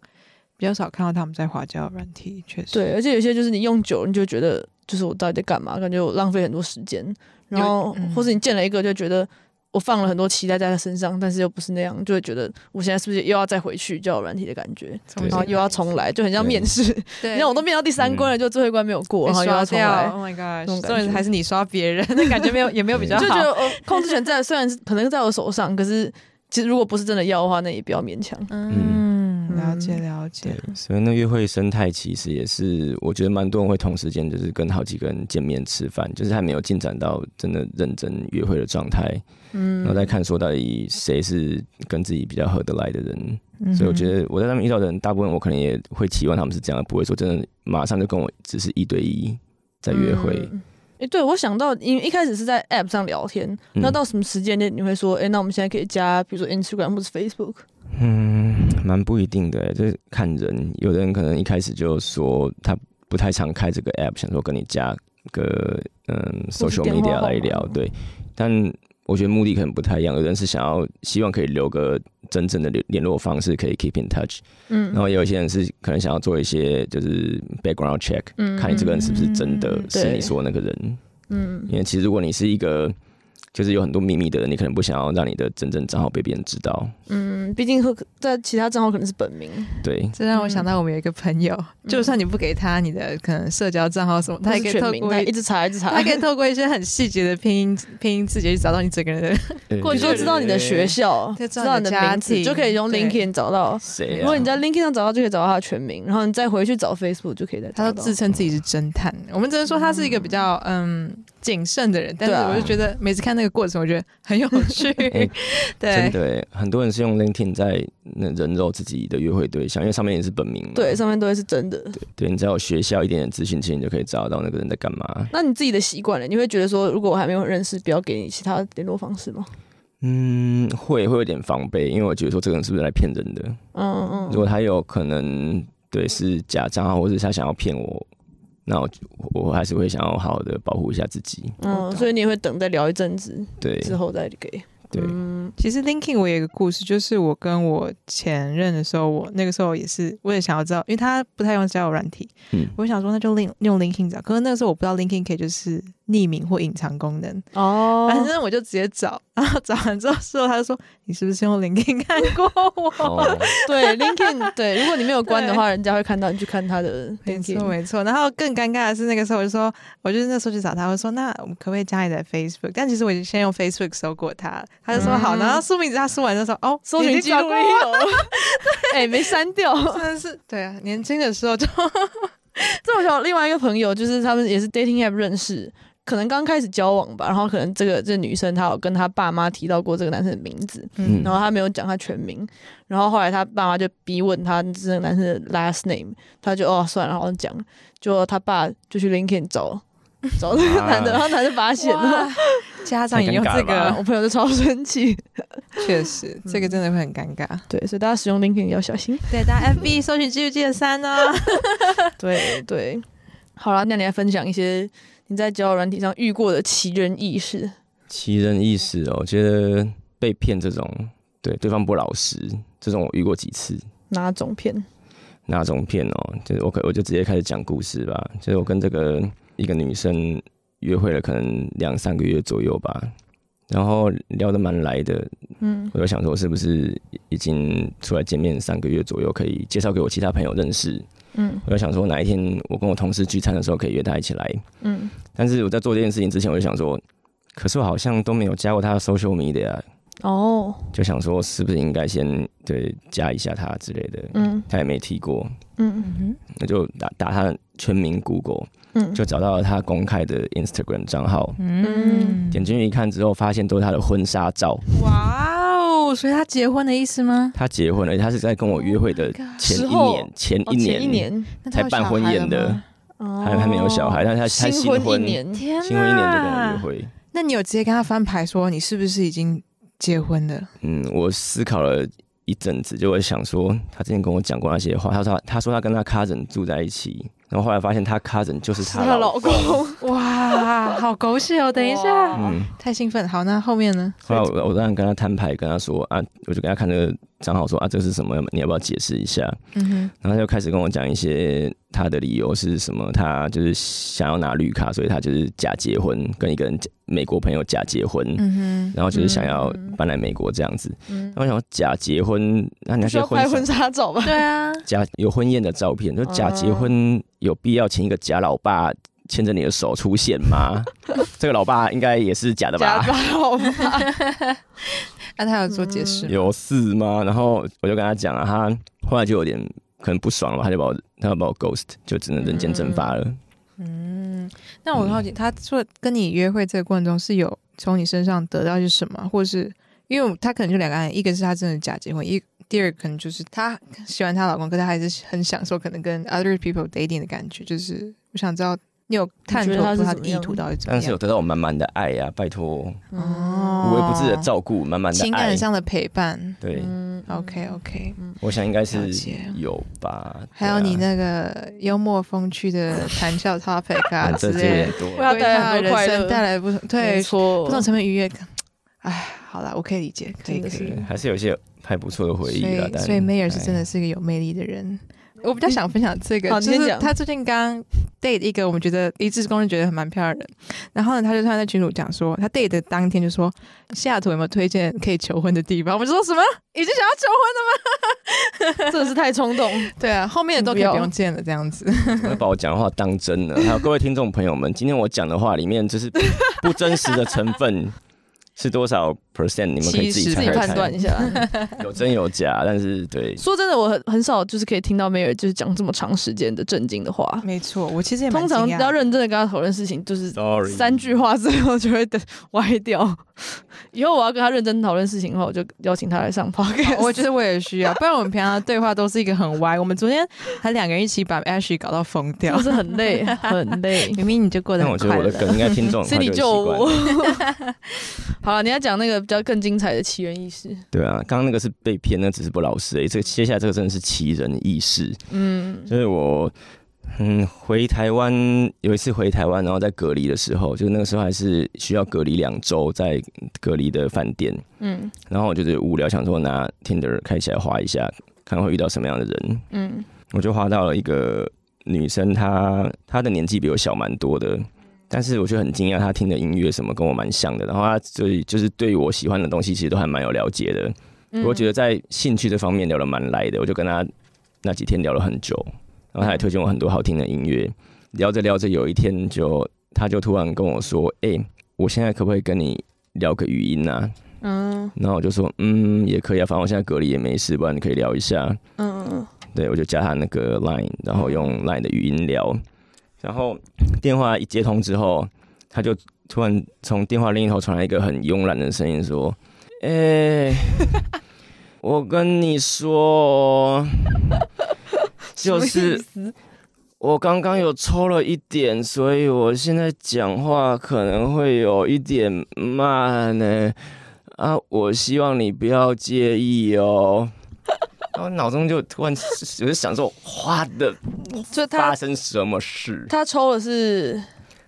Speaker 4: 比较少看到他们在滑交友软体。确实，
Speaker 3: 对，而且有些就是你用久了，你就觉得就是我到底在干嘛？感觉我浪费很多时间，然后、
Speaker 4: 嗯
Speaker 3: 或是你见了一个就觉得我放了很多期待在他身上，但是又不是那样，就会觉得我现在是不是又要再回去交友软体的感觉，
Speaker 1: 对
Speaker 3: 然后又要重，来，就很像面试。
Speaker 4: 对嗯
Speaker 3: 你看我都面到第三关了，就最后一关没有过，然后又要重来。
Speaker 4: Oh my
Speaker 3: 那
Speaker 4: god！
Speaker 3: 种感觉
Speaker 4: 重点还是你刷别人，那感觉没有也没有比较好，
Speaker 3: 就觉得哦，控制权在，虽然是可能在我手上，可是其实如果不是真的要的话，那也不要勉强。
Speaker 4: 嗯，了解了解
Speaker 1: 对，，所以那约会生态其实也是，我觉得蛮多人会同时间就是跟好几个人见面吃饭，就是还没有进展到真的认真约会的状态。
Speaker 3: 嗯
Speaker 1: 然后再看说到底谁是跟自己比较合得来的人。
Speaker 4: 嗯
Speaker 1: 所以我觉得我在那边遇到的人，大部分我可能也会期望他们是这样，不会说真的马上就跟我只是一对一在约会。
Speaker 3: 哎、诶对我想到，因为一开始是在 App 上聊天，
Speaker 1: 嗯
Speaker 3: 那、到什么时间点你会说，哎、那我们现在可以加，比如说 Instagram 或是 Facebook？
Speaker 1: 嗯，蛮不一定的欸，就是看人。有的人可能一开始就说他不太常开这个 app，想说跟你加个嗯
Speaker 3: 或是
Speaker 1: social
Speaker 3: 电话
Speaker 1: media
Speaker 3: 号码
Speaker 1: 来聊，对。但我觉得目的可能不太一样，有的人是想要希望可以留个真正的联联络方式，可以 keep in touch。
Speaker 3: 嗯
Speaker 1: 然后也有一些人是可能想要做一些就是 background check，、
Speaker 3: 嗯
Speaker 1: 看你这个人是不是真的
Speaker 4: 嗯
Speaker 1: 是
Speaker 3: 对
Speaker 1: 你说的那个人。
Speaker 3: 嗯
Speaker 1: 因为其实如果你是一个就是有很多秘密的人，你可能不想要让你的真正账号被别人知道。
Speaker 3: 嗯，毕竟会在其他账号可能是本名，
Speaker 1: 对，
Speaker 4: 这让我
Speaker 3: 嗯
Speaker 4: 想到我们有一个朋友，就算你不给他你的可能社交账号什么，他
Speaker 3: 或是
Speaker 4: 也可以
Speaker 3: 全
Speaker 4: 透
Speaker 3: 名，
Speaker 4: 过
Speaker 3: 他一直查一直查，
Speaker 4: 他可以透过一些很细节的拼音拼音字节去找到你整个人的。
Speaker 3: 过去就知道你的学校，
Speaker 4: 就
Speaker 3: 知
Speaker 4: 知
Speaker 3: 道
Speaker 4: 道你
Speaker 3: 你
Speaker 4: 的
Speaker 3: 的名
Speaker 4: 家
Speaker 3: 字，
Speaker 4: 庭
Speaker 3: 就可以用
Speaker 4: 对
Speaker 3: LinkedIn 找到。
Speaker 1: 谁、啊？
Speaker 3: 如果你在 LinkedIn 上找到，就可以找到他的全名，然后你再回去找 Facebook 就可以再
Speaker 4: 他
Speaker 3: 找
Speaker 4: 都
Speaker 3: 到
Speaker 4: 自。称自己是侦探，我们只能说他是一个比较嗯谨慎的人，但是
Speaker 3: 对啊
Speaker 4: 我就觉得每次看那个过程，我觉得很有趣。
Speaker 1: 真
Speaker 4: 对，
Speaker 1: 的耶，很多人是用 LinkedIn 在那人肉自己的约会对象，因为上面也是本名嘛。
Speaker 3: 对，上面都会是真的。
Speaker 1: 对，你只要有学校一点点资讯，其实你就可以找到那个人在干嘛。
Speaker 3: 那你自己的习惯呢？你会觉得说，如果我还没有认识，不要给你其他联络方式吗？
Speaker 1: 嗯，会会有点防备，因为我觉得说这个人是不是来骗人的？
Speaker 3: 嗯嗯
Speaker 1: 如
Speaker 3: 嗯，
Speaker 1: 果他有可能对是假账号，或者是他想要骗我，那我就我还是会想要好好的保护一下自己。
Speaker 3: 嗯，所以你也会等再聊一阵子
Speaker 1: 对
Speaker 3: 之后再给。
Speaker 1: 对，
Speaker 3: 嗯
Speaker 4: 其实 Linking 我有一个故事，就是我跟我前任的时候，我那个时候也是我也想要知道，因为他不太用交友软体，
Speaker 1: 嗯
Speaker 4: 我想说那就 Link 用 Linking 找，可是那个时候我不知道 Linking 可以就是匿名或隐藏功能，
Speaker 3: 哦
Speaker 4: 反正我就直接找，然后找完之后，事后他就说你是不是用 LinkedIn 看过我？
Speaker 1: 哦，
Speaker 3: 对 LinkedIn，对，如果你没有关的话，人家会看到你去看他的
Speaker 4: 没错
Speaker 3: LinkedIn。
Speaker 4: 没错。然后更尴尬的是那个时候，我就说，我就是那时候去找他，我说那我们可不可以加你的 Facebook？但其实我已经先用 Facebook 搜过他，他就说
Speaker 3: 嗯
Speaker 4: 好。然后苏名字他搜完就说哦，
Speaker 3: 搜
Speaker 4: 你已
Speaker 3: 寻
Speaker 4: 经
Speaker 3: 记
Speaker 4: 找
Speaker 3: 录
Speaker 4: 过
Speaker 3: 也
Speaker 4: 我
Speaker 3: 有，哎，没删掉。
Speaker 4: 真的是对啊，年轻的时候就
Speaker 3: 这我想另外一个朋友，就是他们也是 dating app 认识，可能刚开始交往吧，然后可能这个这女生她有跟她爸妈提到过这个男生的名字，
Speaker 1: 嗯
Speaker 3: 然后她没有讲她全名，然后后来她爸妈就逼问她这个男生的 last name，她就哦算了，好像讲，就她爸就去 LinkedIn 找找这个男的，
Speaker 1: 啊
Speaker 3: 然后男的发现了，
Speaker 4: 家长也用
Speaker 1: 太
Speaker 4: 这
Speaker 1: 尴尬了
Speaker 4: 个，
Speaker 3: 我朋友就超生气，
Speaker 4: 确实这个真的会很尴尬。
Speaker 3: 对，所以大家使用 LinkedIn 要小心，
Speaker 4: 对，大家 FB 搜寻记录记得删哦。
Speaker 3: 对对，好了，那你来分享一些你在交友软体上遇过的奇人异事。
Speaker 1: 奇人异事哦，我觉得被骗这种，对对方不老实，这种我遇过几次。
Speaker 3: 哪种片？
Speaker 1: 哪种骗哦？就是我可我就直接开始讲故事吧。就是我跟这个一个女生约会了，可能两三个月左右吧，然后聊得蛮来的。
Speaker 3: 嗯
Speaker 1: 我就想说，是不是已经出来见面三个月左右，可以介绍给我其他朋友认识？
Speaker 3: 嗯
Speaker 1: 我就想说，哪一天我跟我同事聚餐的时候，可以约她一起来。
Speaker 3: 嗯，
Speaker 1: 但是我在做这件事情之前，我就想说，可是我好像都没有加过她的 social media，
Speaker 3: 哦，
Speaker 1: 就想说是不是应该先对加一下她之类的。
Speaker 3: 嗯
Speaker 1: 她也没提过，
Speaker 3: 嗯
Speaker 1: 那就打打他的全名 Google，
Speaker 3: 嗯，
Speaker 1: 就找到了他公开的 Instagram 账号。
Speaker 3: 嗯
Speaker 1: 点进去一看之后，发现都是他的婚纱照。
Speaker 4: 哇哦，所以他结婚的意思吗？
Speaker 1: 他结婚了，他是在跟我约会的
Speaker 4: Oh my god
Speaker 1: 前一
Speaker 3: 时候
Speaker 1: 年，前
Speaker 3: 哦
Speaker 1: 一
Speaker 3: 前一
Speaker 1: 年，
Speaker 3: 年，
Speaker 4: 那他有
Speaker 1: 才办
Speaker 4: 小
Speaker 1: 婚
Speaker 4: 孩
Speaker 1: 宴
Speaker 4: 了
Speaker 1: 的
Speaker 4: 吗
Speaker 1: 还还没有小孩，但是他他
Speaker 3: 哦新
Speaker 1: 新婚
Speaker 3: 婚一年，
Speaker 4: 天
Speaker 1: 新婚一年就跟我
Speaker 4: 哪
Speaker 1: 约会。
Speaker 4: 那你有直接跟他翻牌说你是不是已经结婚了？
Speaker 1: 嗯，我思考了一阵子，就会想说，他之前跟我讲过那些话。他说他他说他跟他 cousin 住在一起，然后后来发现他 cousin 就是
Speaker 3: 是
Speaker 1: 他
Speaker 3: 她老公，
Speaker 4: 哇，好狗血哦！等一下，
Speaker 3: 哇
Speaker 1: 嗯，
Speaker 4: 太兴奋。好，那后面呢？
Speaker 1: 后来我我当然跟他摊牌，跟他说啊，我就跟他看这个账号说啊，这个是什么？你要不要解释一下？
Speaker 4: 嗯
Speaker 1: 然后他就开始跟我讲一些他的理由是什么，他就是想要拿绿卡，所以他就是假结婚，跟一个人假美国朋友假结婚，
Speaker 4: 哼，嗯
Speaker 1: 然后就是想要搬来美国这样子。
Speaker 3: 嗯
Speaker 1: 那我想说假结婚，那你
Speaker 3: 不
Speaker 1: 那
Speaker 3: 需
Speaker 1: 些
Speaker 3: 要拍
Speaker 1: 婚
Speaker 3: 婚
Speaker 1: 纱
Speaker 3: 纱照吧
Speaker 4: 哼，？对啊，
Speaker 1: 假有婚宴的照片，就假结
Speaker 4: 哦
Speaker 1: 婚有必要请一个假老爸牵着你的手出现 吗？这个老爸应该也是假的吧？
Speaker 3: 假发好吧？
Speaker 4: 那他有做解释吗？
Speaker 1: 有事吗？然后我就跟他讲了，他后来就有点可能不爽了，他就把我他就把我 ghost，就只能人间蒸发了。
Speaker 4: 嗯，那我很好奇，他做跟你约会这个过程中是有从你身上得到些什么，或是因为他可能就两个案，一个是他真的假结婚，一第二个可能就是他喜欢她老公，可他还是很享受可能跟 other people dating 的感觉。就是我想知道你有探
Speaker 3: 你觉
Speaker 4: 究
Speaker 3: 得他是
Speaker 4: 过他
Speaker 3: 怎
Speaker 4: 的
Speaker 3: 么
Speaker 4: 意
Speaker 3: 样
Speaker 4: 图到底怎么
Speaker 1: 但是有
Speaker 4: 样？
Speaker 1: 得到我满满的爱呀、拜托，无
Speaker 4: 哦
Speaker 1: 微不至的照顾，满满的爱。
Speaker 4: 情感上的陪伴。
Speaker 1: 对，
Speaker 3: 嗯
Speaker 4: OK OK，
Speaker 1: 我想应该
Speaker 4: 了
Speaker 1: 是
Speaker 4: 解
Speaker 1: 有吧。
Speaker 4: 还有你那个幽默风趣的谈笑 topic
Speaker 1: 对啊，
Speaker 4: 啊
Speaker 1: 嗯
Speaker 4: 之
Speaker 1: 这这有
Speaker 4: 类
Speaker 1: 点
Speaker 4: 的，
Speaker 3: 我
Speaker 1: 多。
Speaker 3: 要
Speaker 4: 为
Speaker 3: 带来
Speaker 4: 他
Speaker 3: 很多
Speaker 4: 人
Speaker 3: 快
Speaker 4: 生
Speaker 3: 乐，
Speaker 4: 带来不同对
Speaker 3: 没错，
Speaker 4: 不同层面愉悦感。哎，好啦，我可以理解，可以
Speaker 3: 真
Speaker 4: 可
Speaker 3: 的
Speaker 4: 以。
Speaker 3: 是
Speaker 1: 对还是有一些还不错的回忆
Speaker 4: 所
Speaker 1: 了。
Speaker 4: 以，
Speaker 1: 但
Speaker 4: 所以 Mayer 是真
Speaker 1: 哎
Speaker 4: 的是一个有魅力的人。我比较想分享这个，
Speaker 3: 好你
Speaker 4: 就
Speaker 3: 先
Speaker 4: 是
Speaker 3: 讲
Speaker 4: 他最近刚 date 一个我们觉得一致公认觉得很蛮漂亮的人，然后呢，他就突然在群主讲说，他 date 的当天就说西雅图有没有推荐可以求婚的地方？我们就说什么已经想要求婚
Speaker 3: 真的是太 冲动，
Speaker 4: 了吗？对啊，后面的都可以
Speaker 3: 请不
Speaker 4: 不
Speaker 3: 要
Speaker 4: 用见了，这样子。
Speaker 1: 怎么会把我讲的话当真呢？还有各位听众朋友们，今天我讲的话里面就是不不真实的成分。是多少 percent，你们可以自己
Speaker 3: 自
Speaker 4: 70
Speaker 1: 猜
Speaker 3: 己
Speaker 1: 猜
Speaker 3: 判断
Speaker 1: 看
Speaker 3: 一， 下。
Speaker 1: 有真有假，但是对，
Speaker 3: 说真的，我很很少就是可以听到梅尔就是讲这么长时间的震惊的话。
Speaker 4: 没错，我其实也蛮
Speaker 3: 通常
Speaker 4: 惊讶
Speaker 3: 要认真的跟他讨论事情，就是
Speaker 1: Sorry
Speaker 3: 三句话最后就会等歪掉。以后我要跟他认真讨论事情的话，我就邀请他来上 podcast。
Speaker 4: 我觉得我也需要，不然我们平常的对话都是一个很歪。我们昨天还两个人一起把 Ashley 搞到疯掉
Speaker 3: 就，是很 累，很累。
Speaker 4: 明明你就过得
Speaker 1: 但
Speaker 4: 很
Speaker 1: 我觉得
Speaker 4: 快
Speaker 1: 我的
Speaker 4: 乐。
Speaker 1: 梗应该听众很快
Speaker 3: 心里
Speaker 1: 就
Speaker 3: 救
Speaker 1: 习惯
Speaker 3: 我
Speaker 1: 了。。
Speaker 3: 好了，你要讲那个比较更精彩的奇人异事。
Speaker 1: 对啊，刚刚那个是被骗，那只是不老实而已。这个接下来这个真的是奇人异事，
Speaker 3: 嗯，
Speaker 1: 就是我嗯回台湾有一次回台湾，然后在隔离的时候，就是那个时候还是需要隔离两周，在隔离的饭店，
Speaker 3: 嗯
Speaker 1: 然后我就是无聊想说拿 Tinder 开起来滑一下，看会遇到什么样的人，
Speaker 3: 嗯，
Speaker 1: 我就滑到了一个女生，她她的年纪比我小蛮多的，但是我就很惊讶，她听的音乐什么跟我蛮像的，然后她对就是对我喜欢的东西其实都还蛮有了解的，我觉
Speaker 3: 得
Speaker 1: 得在兴趣这方面聊得蛮来的，我就跟她那几天聊了很久，然后她也推荐我很多好听的音乐，聊着聊着有一天就她就突然跟我说，哎、我现在可不可以跟你聊个语音啊？
Speaker 3: 嗯
Speaker 1: 然后我就说，嗯，也可以啊，反正我现在隔离也没事，不然你可以聊一下。
Speaker 3: 嗯嗯
Speaker 1: 对，我就加他那个 Line，然后用 Line 的语音聊，然后电话一接通之后，他就突然从电话另一头传来一个很慵懒的声音说：“哎、我跟你说，就是我刚刚有抽了一点，所以我现在讲话可能会有一点慢呢。啊，我希望你不要介意哦。 然后脑中就突然有就想说，哇的
Speaker 3: 嗯，所以
Speaker 1: 发
Speaker 3: 他
Speaker 1: 生什么事？
Speaker 3: 他抽的是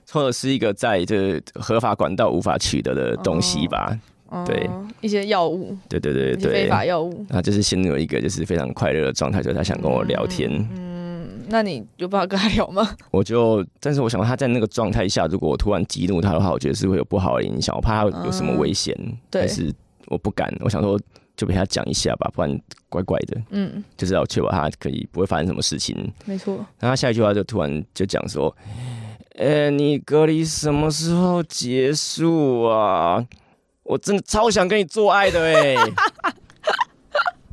Speaker 1: 抽的是一个在这合法管道无法取得的东西吧？对
Speaker 3: 嗯一些药物，
Speaker 1: 对对对
Speaker 3: 一些哦非
Speaker 1: 对。
Speaker 3: 法药物。
Speaker 1: 他就是陷入一个就是非常快乐的状态，所以他想跟我聊天。
Speaker 3: 嗯，那你有办法跟他聊吗？
Speaker 1: 我就，但是我想他在那个状态下，如果我突然激怒他的话，我觉得是会有不好的影响，我怕他有什么危险。
Speaker 3: 嗯对
Speaker 1: 但是我不敢，我想说就陪他讲一下吧，不然怪怪的，
Speaker 3: 嗯，
Speaker 1: 就是要确保他可以不会发生什么事情。
Speaker 3: 没错。
Speaker 1: 然后他下一句话就突然就讲说：“呃、你隔离什么时候结束啊？我真的超想跟你做爱的哎、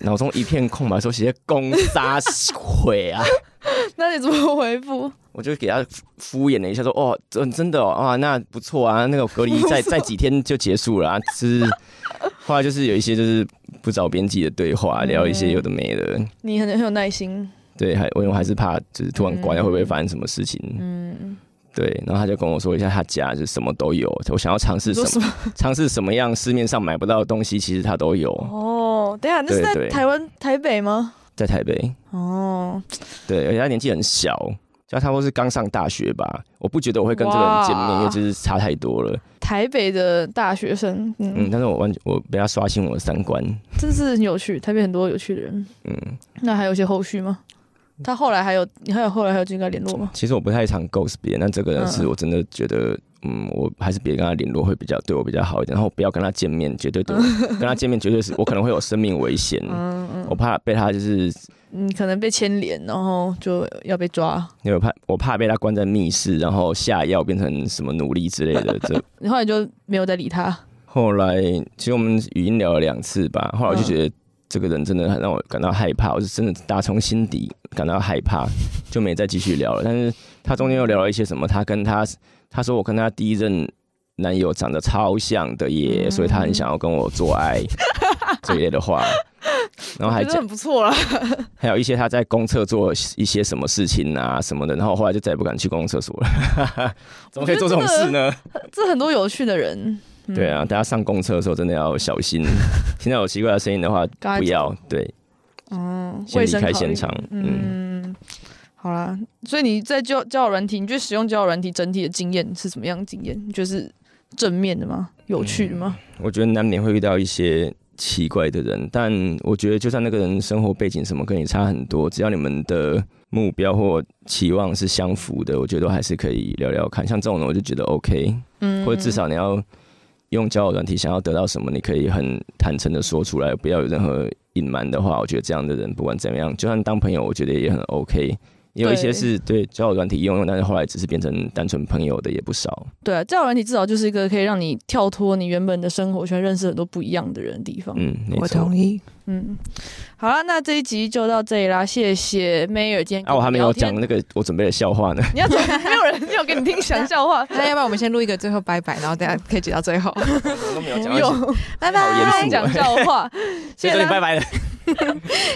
Speaker 1: 脑中一片空白，说直接攻杀毁啊！
Speaker 3: 那你怎么回复？
Speaker 1: 我就给他敷敷衍了一下，说：“哦，真真的哦，啊，那不错啊，那个隔离在在几天就结束了啊。”就是后来就是有一些就是不着边际的对话，聊一些有的没的。
Speaker 3: 你很很有耐心。
Speaker 1: 对，还因为我还是怕就是突然关掉会不会发生什么事情。
Speaker 3: 嗯，
Speaker 1: 对，然后他就跟我说一下他家就是什么都有，我想要尝试
Speaker 3: 你
Speaker 1: 什
Speaker 3: 嗯说
Speaker 1: 么
Speaker 3: 什 么？
Speaker 1: 尝试什么样市面上买不到的东西，其实他都有，
Speaker 3: 哦，等一下，那是
Speaker 1: 对
Speaker 3: 在
Speaker 1: 对
Speaker 3: 台湾台北吗？
Speaker 1: 在台北。
Speaker 3: 哦，
Speaker 1: 对，而且他年纪很小，就他差不多是刚上大学吧。我不觉得我会跟这个人见面，
Speaker 3: 哇
Speaker 1: 因为就是差太多了。
Speaker 3: 台北的大学生，嗯
Speaker 1: 嗯，，但是我完全我被他刷新我的三观。
Speaker 3: 真是很有趣，台北很多有趣的人。
Speaker 1: 嗯，
Speaker 3: 那还有一些后续吗？他后来还有，你还有后来还有跟他联络吗？
Speaker 1: 其实我不太常 ghost 别人，但这个人是
Speaker 3: 嗯
Speaker 1: 我真的觉得，嗯，我还是别跟他联络会比较对我比较好一点。然后不要跟他见面，绝对 对我跟他见面绝对是我可能会有生命危险，
Speaker 3: 嗯嗯，
Speaker 1: 我怕被他就是
Speaker 3: 你可能被牵连，然后就要被抓。
Speaker 1: 因为我怕我怕被他关在密室，然后下药变成什么奴隶之类 的。这
Speaker 3: 你后来就没有再理他。
Speaker 1: 后来其实我们语音聊了两次吧，后来我就
Speaker 3: 嗯
Speaker 1: 觉得这个人真的很让我感到害怕，我是真的打从心底感到害 怕，就没再继续聊了。但是他中间又聊了一些什么，他跟他他说我跟他第一任男友长得超像的
Speaker 3: 嗯
Speaker 1: 耶，所以他很想要跟我做 爱这一类的话，然后还
Speaker 3: 觉得
Speaker 1: 讲
Speaker 3: 很不错啊啦，
Speaker 1: 还有一些他在公厕做一些什么事情啊什么的，然后我后来就再也不敢去公共厕所 了。怎么可以做这种事呢？
Speaker 3: 这很多有趣的人。嗯
Speaker 1: 对，啊，大家上公厕的时候真的要小心，听到有奇怪的声音的话，
Speaker 3: 赶快
Speaker 1: 不要对，
Speaker 3: 嗯，
Speaker 1: 先
Speaker 3: 啊卫
Speaker 1: 离
Speaker 3: 生考
Speaker 1: 开
Speaker 3: 虑
Speaker 1: 现场。嗯，
Speaker 3: 嗯，好啦，所以你在交交友软体，你觉得使用交友软体整体的经验是什么样的经验？你觉得是正面的吗？有趣的吗？
Speaker 1: 我觉得难免会遇到一些奇怪的人，但我觉得就算那个人生活背景什么跟你差很多，只要你们的目标或期望是相符的，我觉得都还是可以聊聊看。像这种人，我就觉得 OK，
Speaker 3: 嗯，
Speaker 1: 或者至少你要用交友软体想要得到什么，你可以很坦诚的说出来，不要有任何隐瞒的话。我觉得这样的人不管怎么样，就算当朋友，我觉得也很 OK。也有一些
Speaker 3: 对
Speaker 1: 是对交友软体应用，但是后来只是变成单纯朋友的也不少。
Speaker 3: 对啊，交友软体至少就是一个可以让你跳脱你原本的生活圈，认识很多不一样的人的地方。
Speaker 1: 嗯，没
Speaker 4: 我
Speaker 1: 错。
Speaker 4: 同意。
Speaker 3: 嗯，好了，那这一集就到这里啦，谢谢 Mayer 今天。
Speaker 1: 啊，我还没有讲，那个我准备的笑话呢。
Speaker 3: 你要讲，没有人要给你听讲笑话，
Speaker 4: 那要不然我们先录一个最后拜拜，然后大家可以挤到最后，
Speaker 1: 都没有
Speaker 3: 不
Speaker 1: 讲，
Speaker 3: 用
Speaker 4: 拜
Speaker 1: 好严肃
Speaker 4: 拜
Speaker 1: 哦。
Speaker 3: 讲笑 话。
Speaker 1: 所
Speaker 3: 谢
Speaker 1: 以
Speaker 3: 谢
Speaker 1: 说
Speaker 3: 大
Speaker 1: 你拜
Speaker 3: 家，
Speaker 1: 拜了。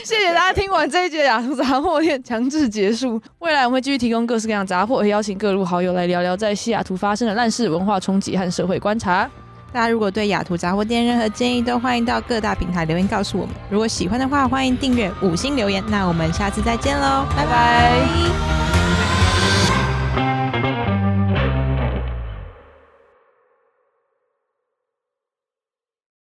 Speaker 3: 谢谢大家听完这一啊节雅图杂货店强制结束。未来我们会继续提供各式各样的杂货，和邀请各路好友来聊聊在西雅图发生的烂事、文化冲击和社会观察。
Speaker 4: 大家如果对雅图杂货店任何建议，都欢迎到各大平台留言告诉我们。如果喜欢的话，欢迎订阅、五星留言。那我们下次再见喽，拜拜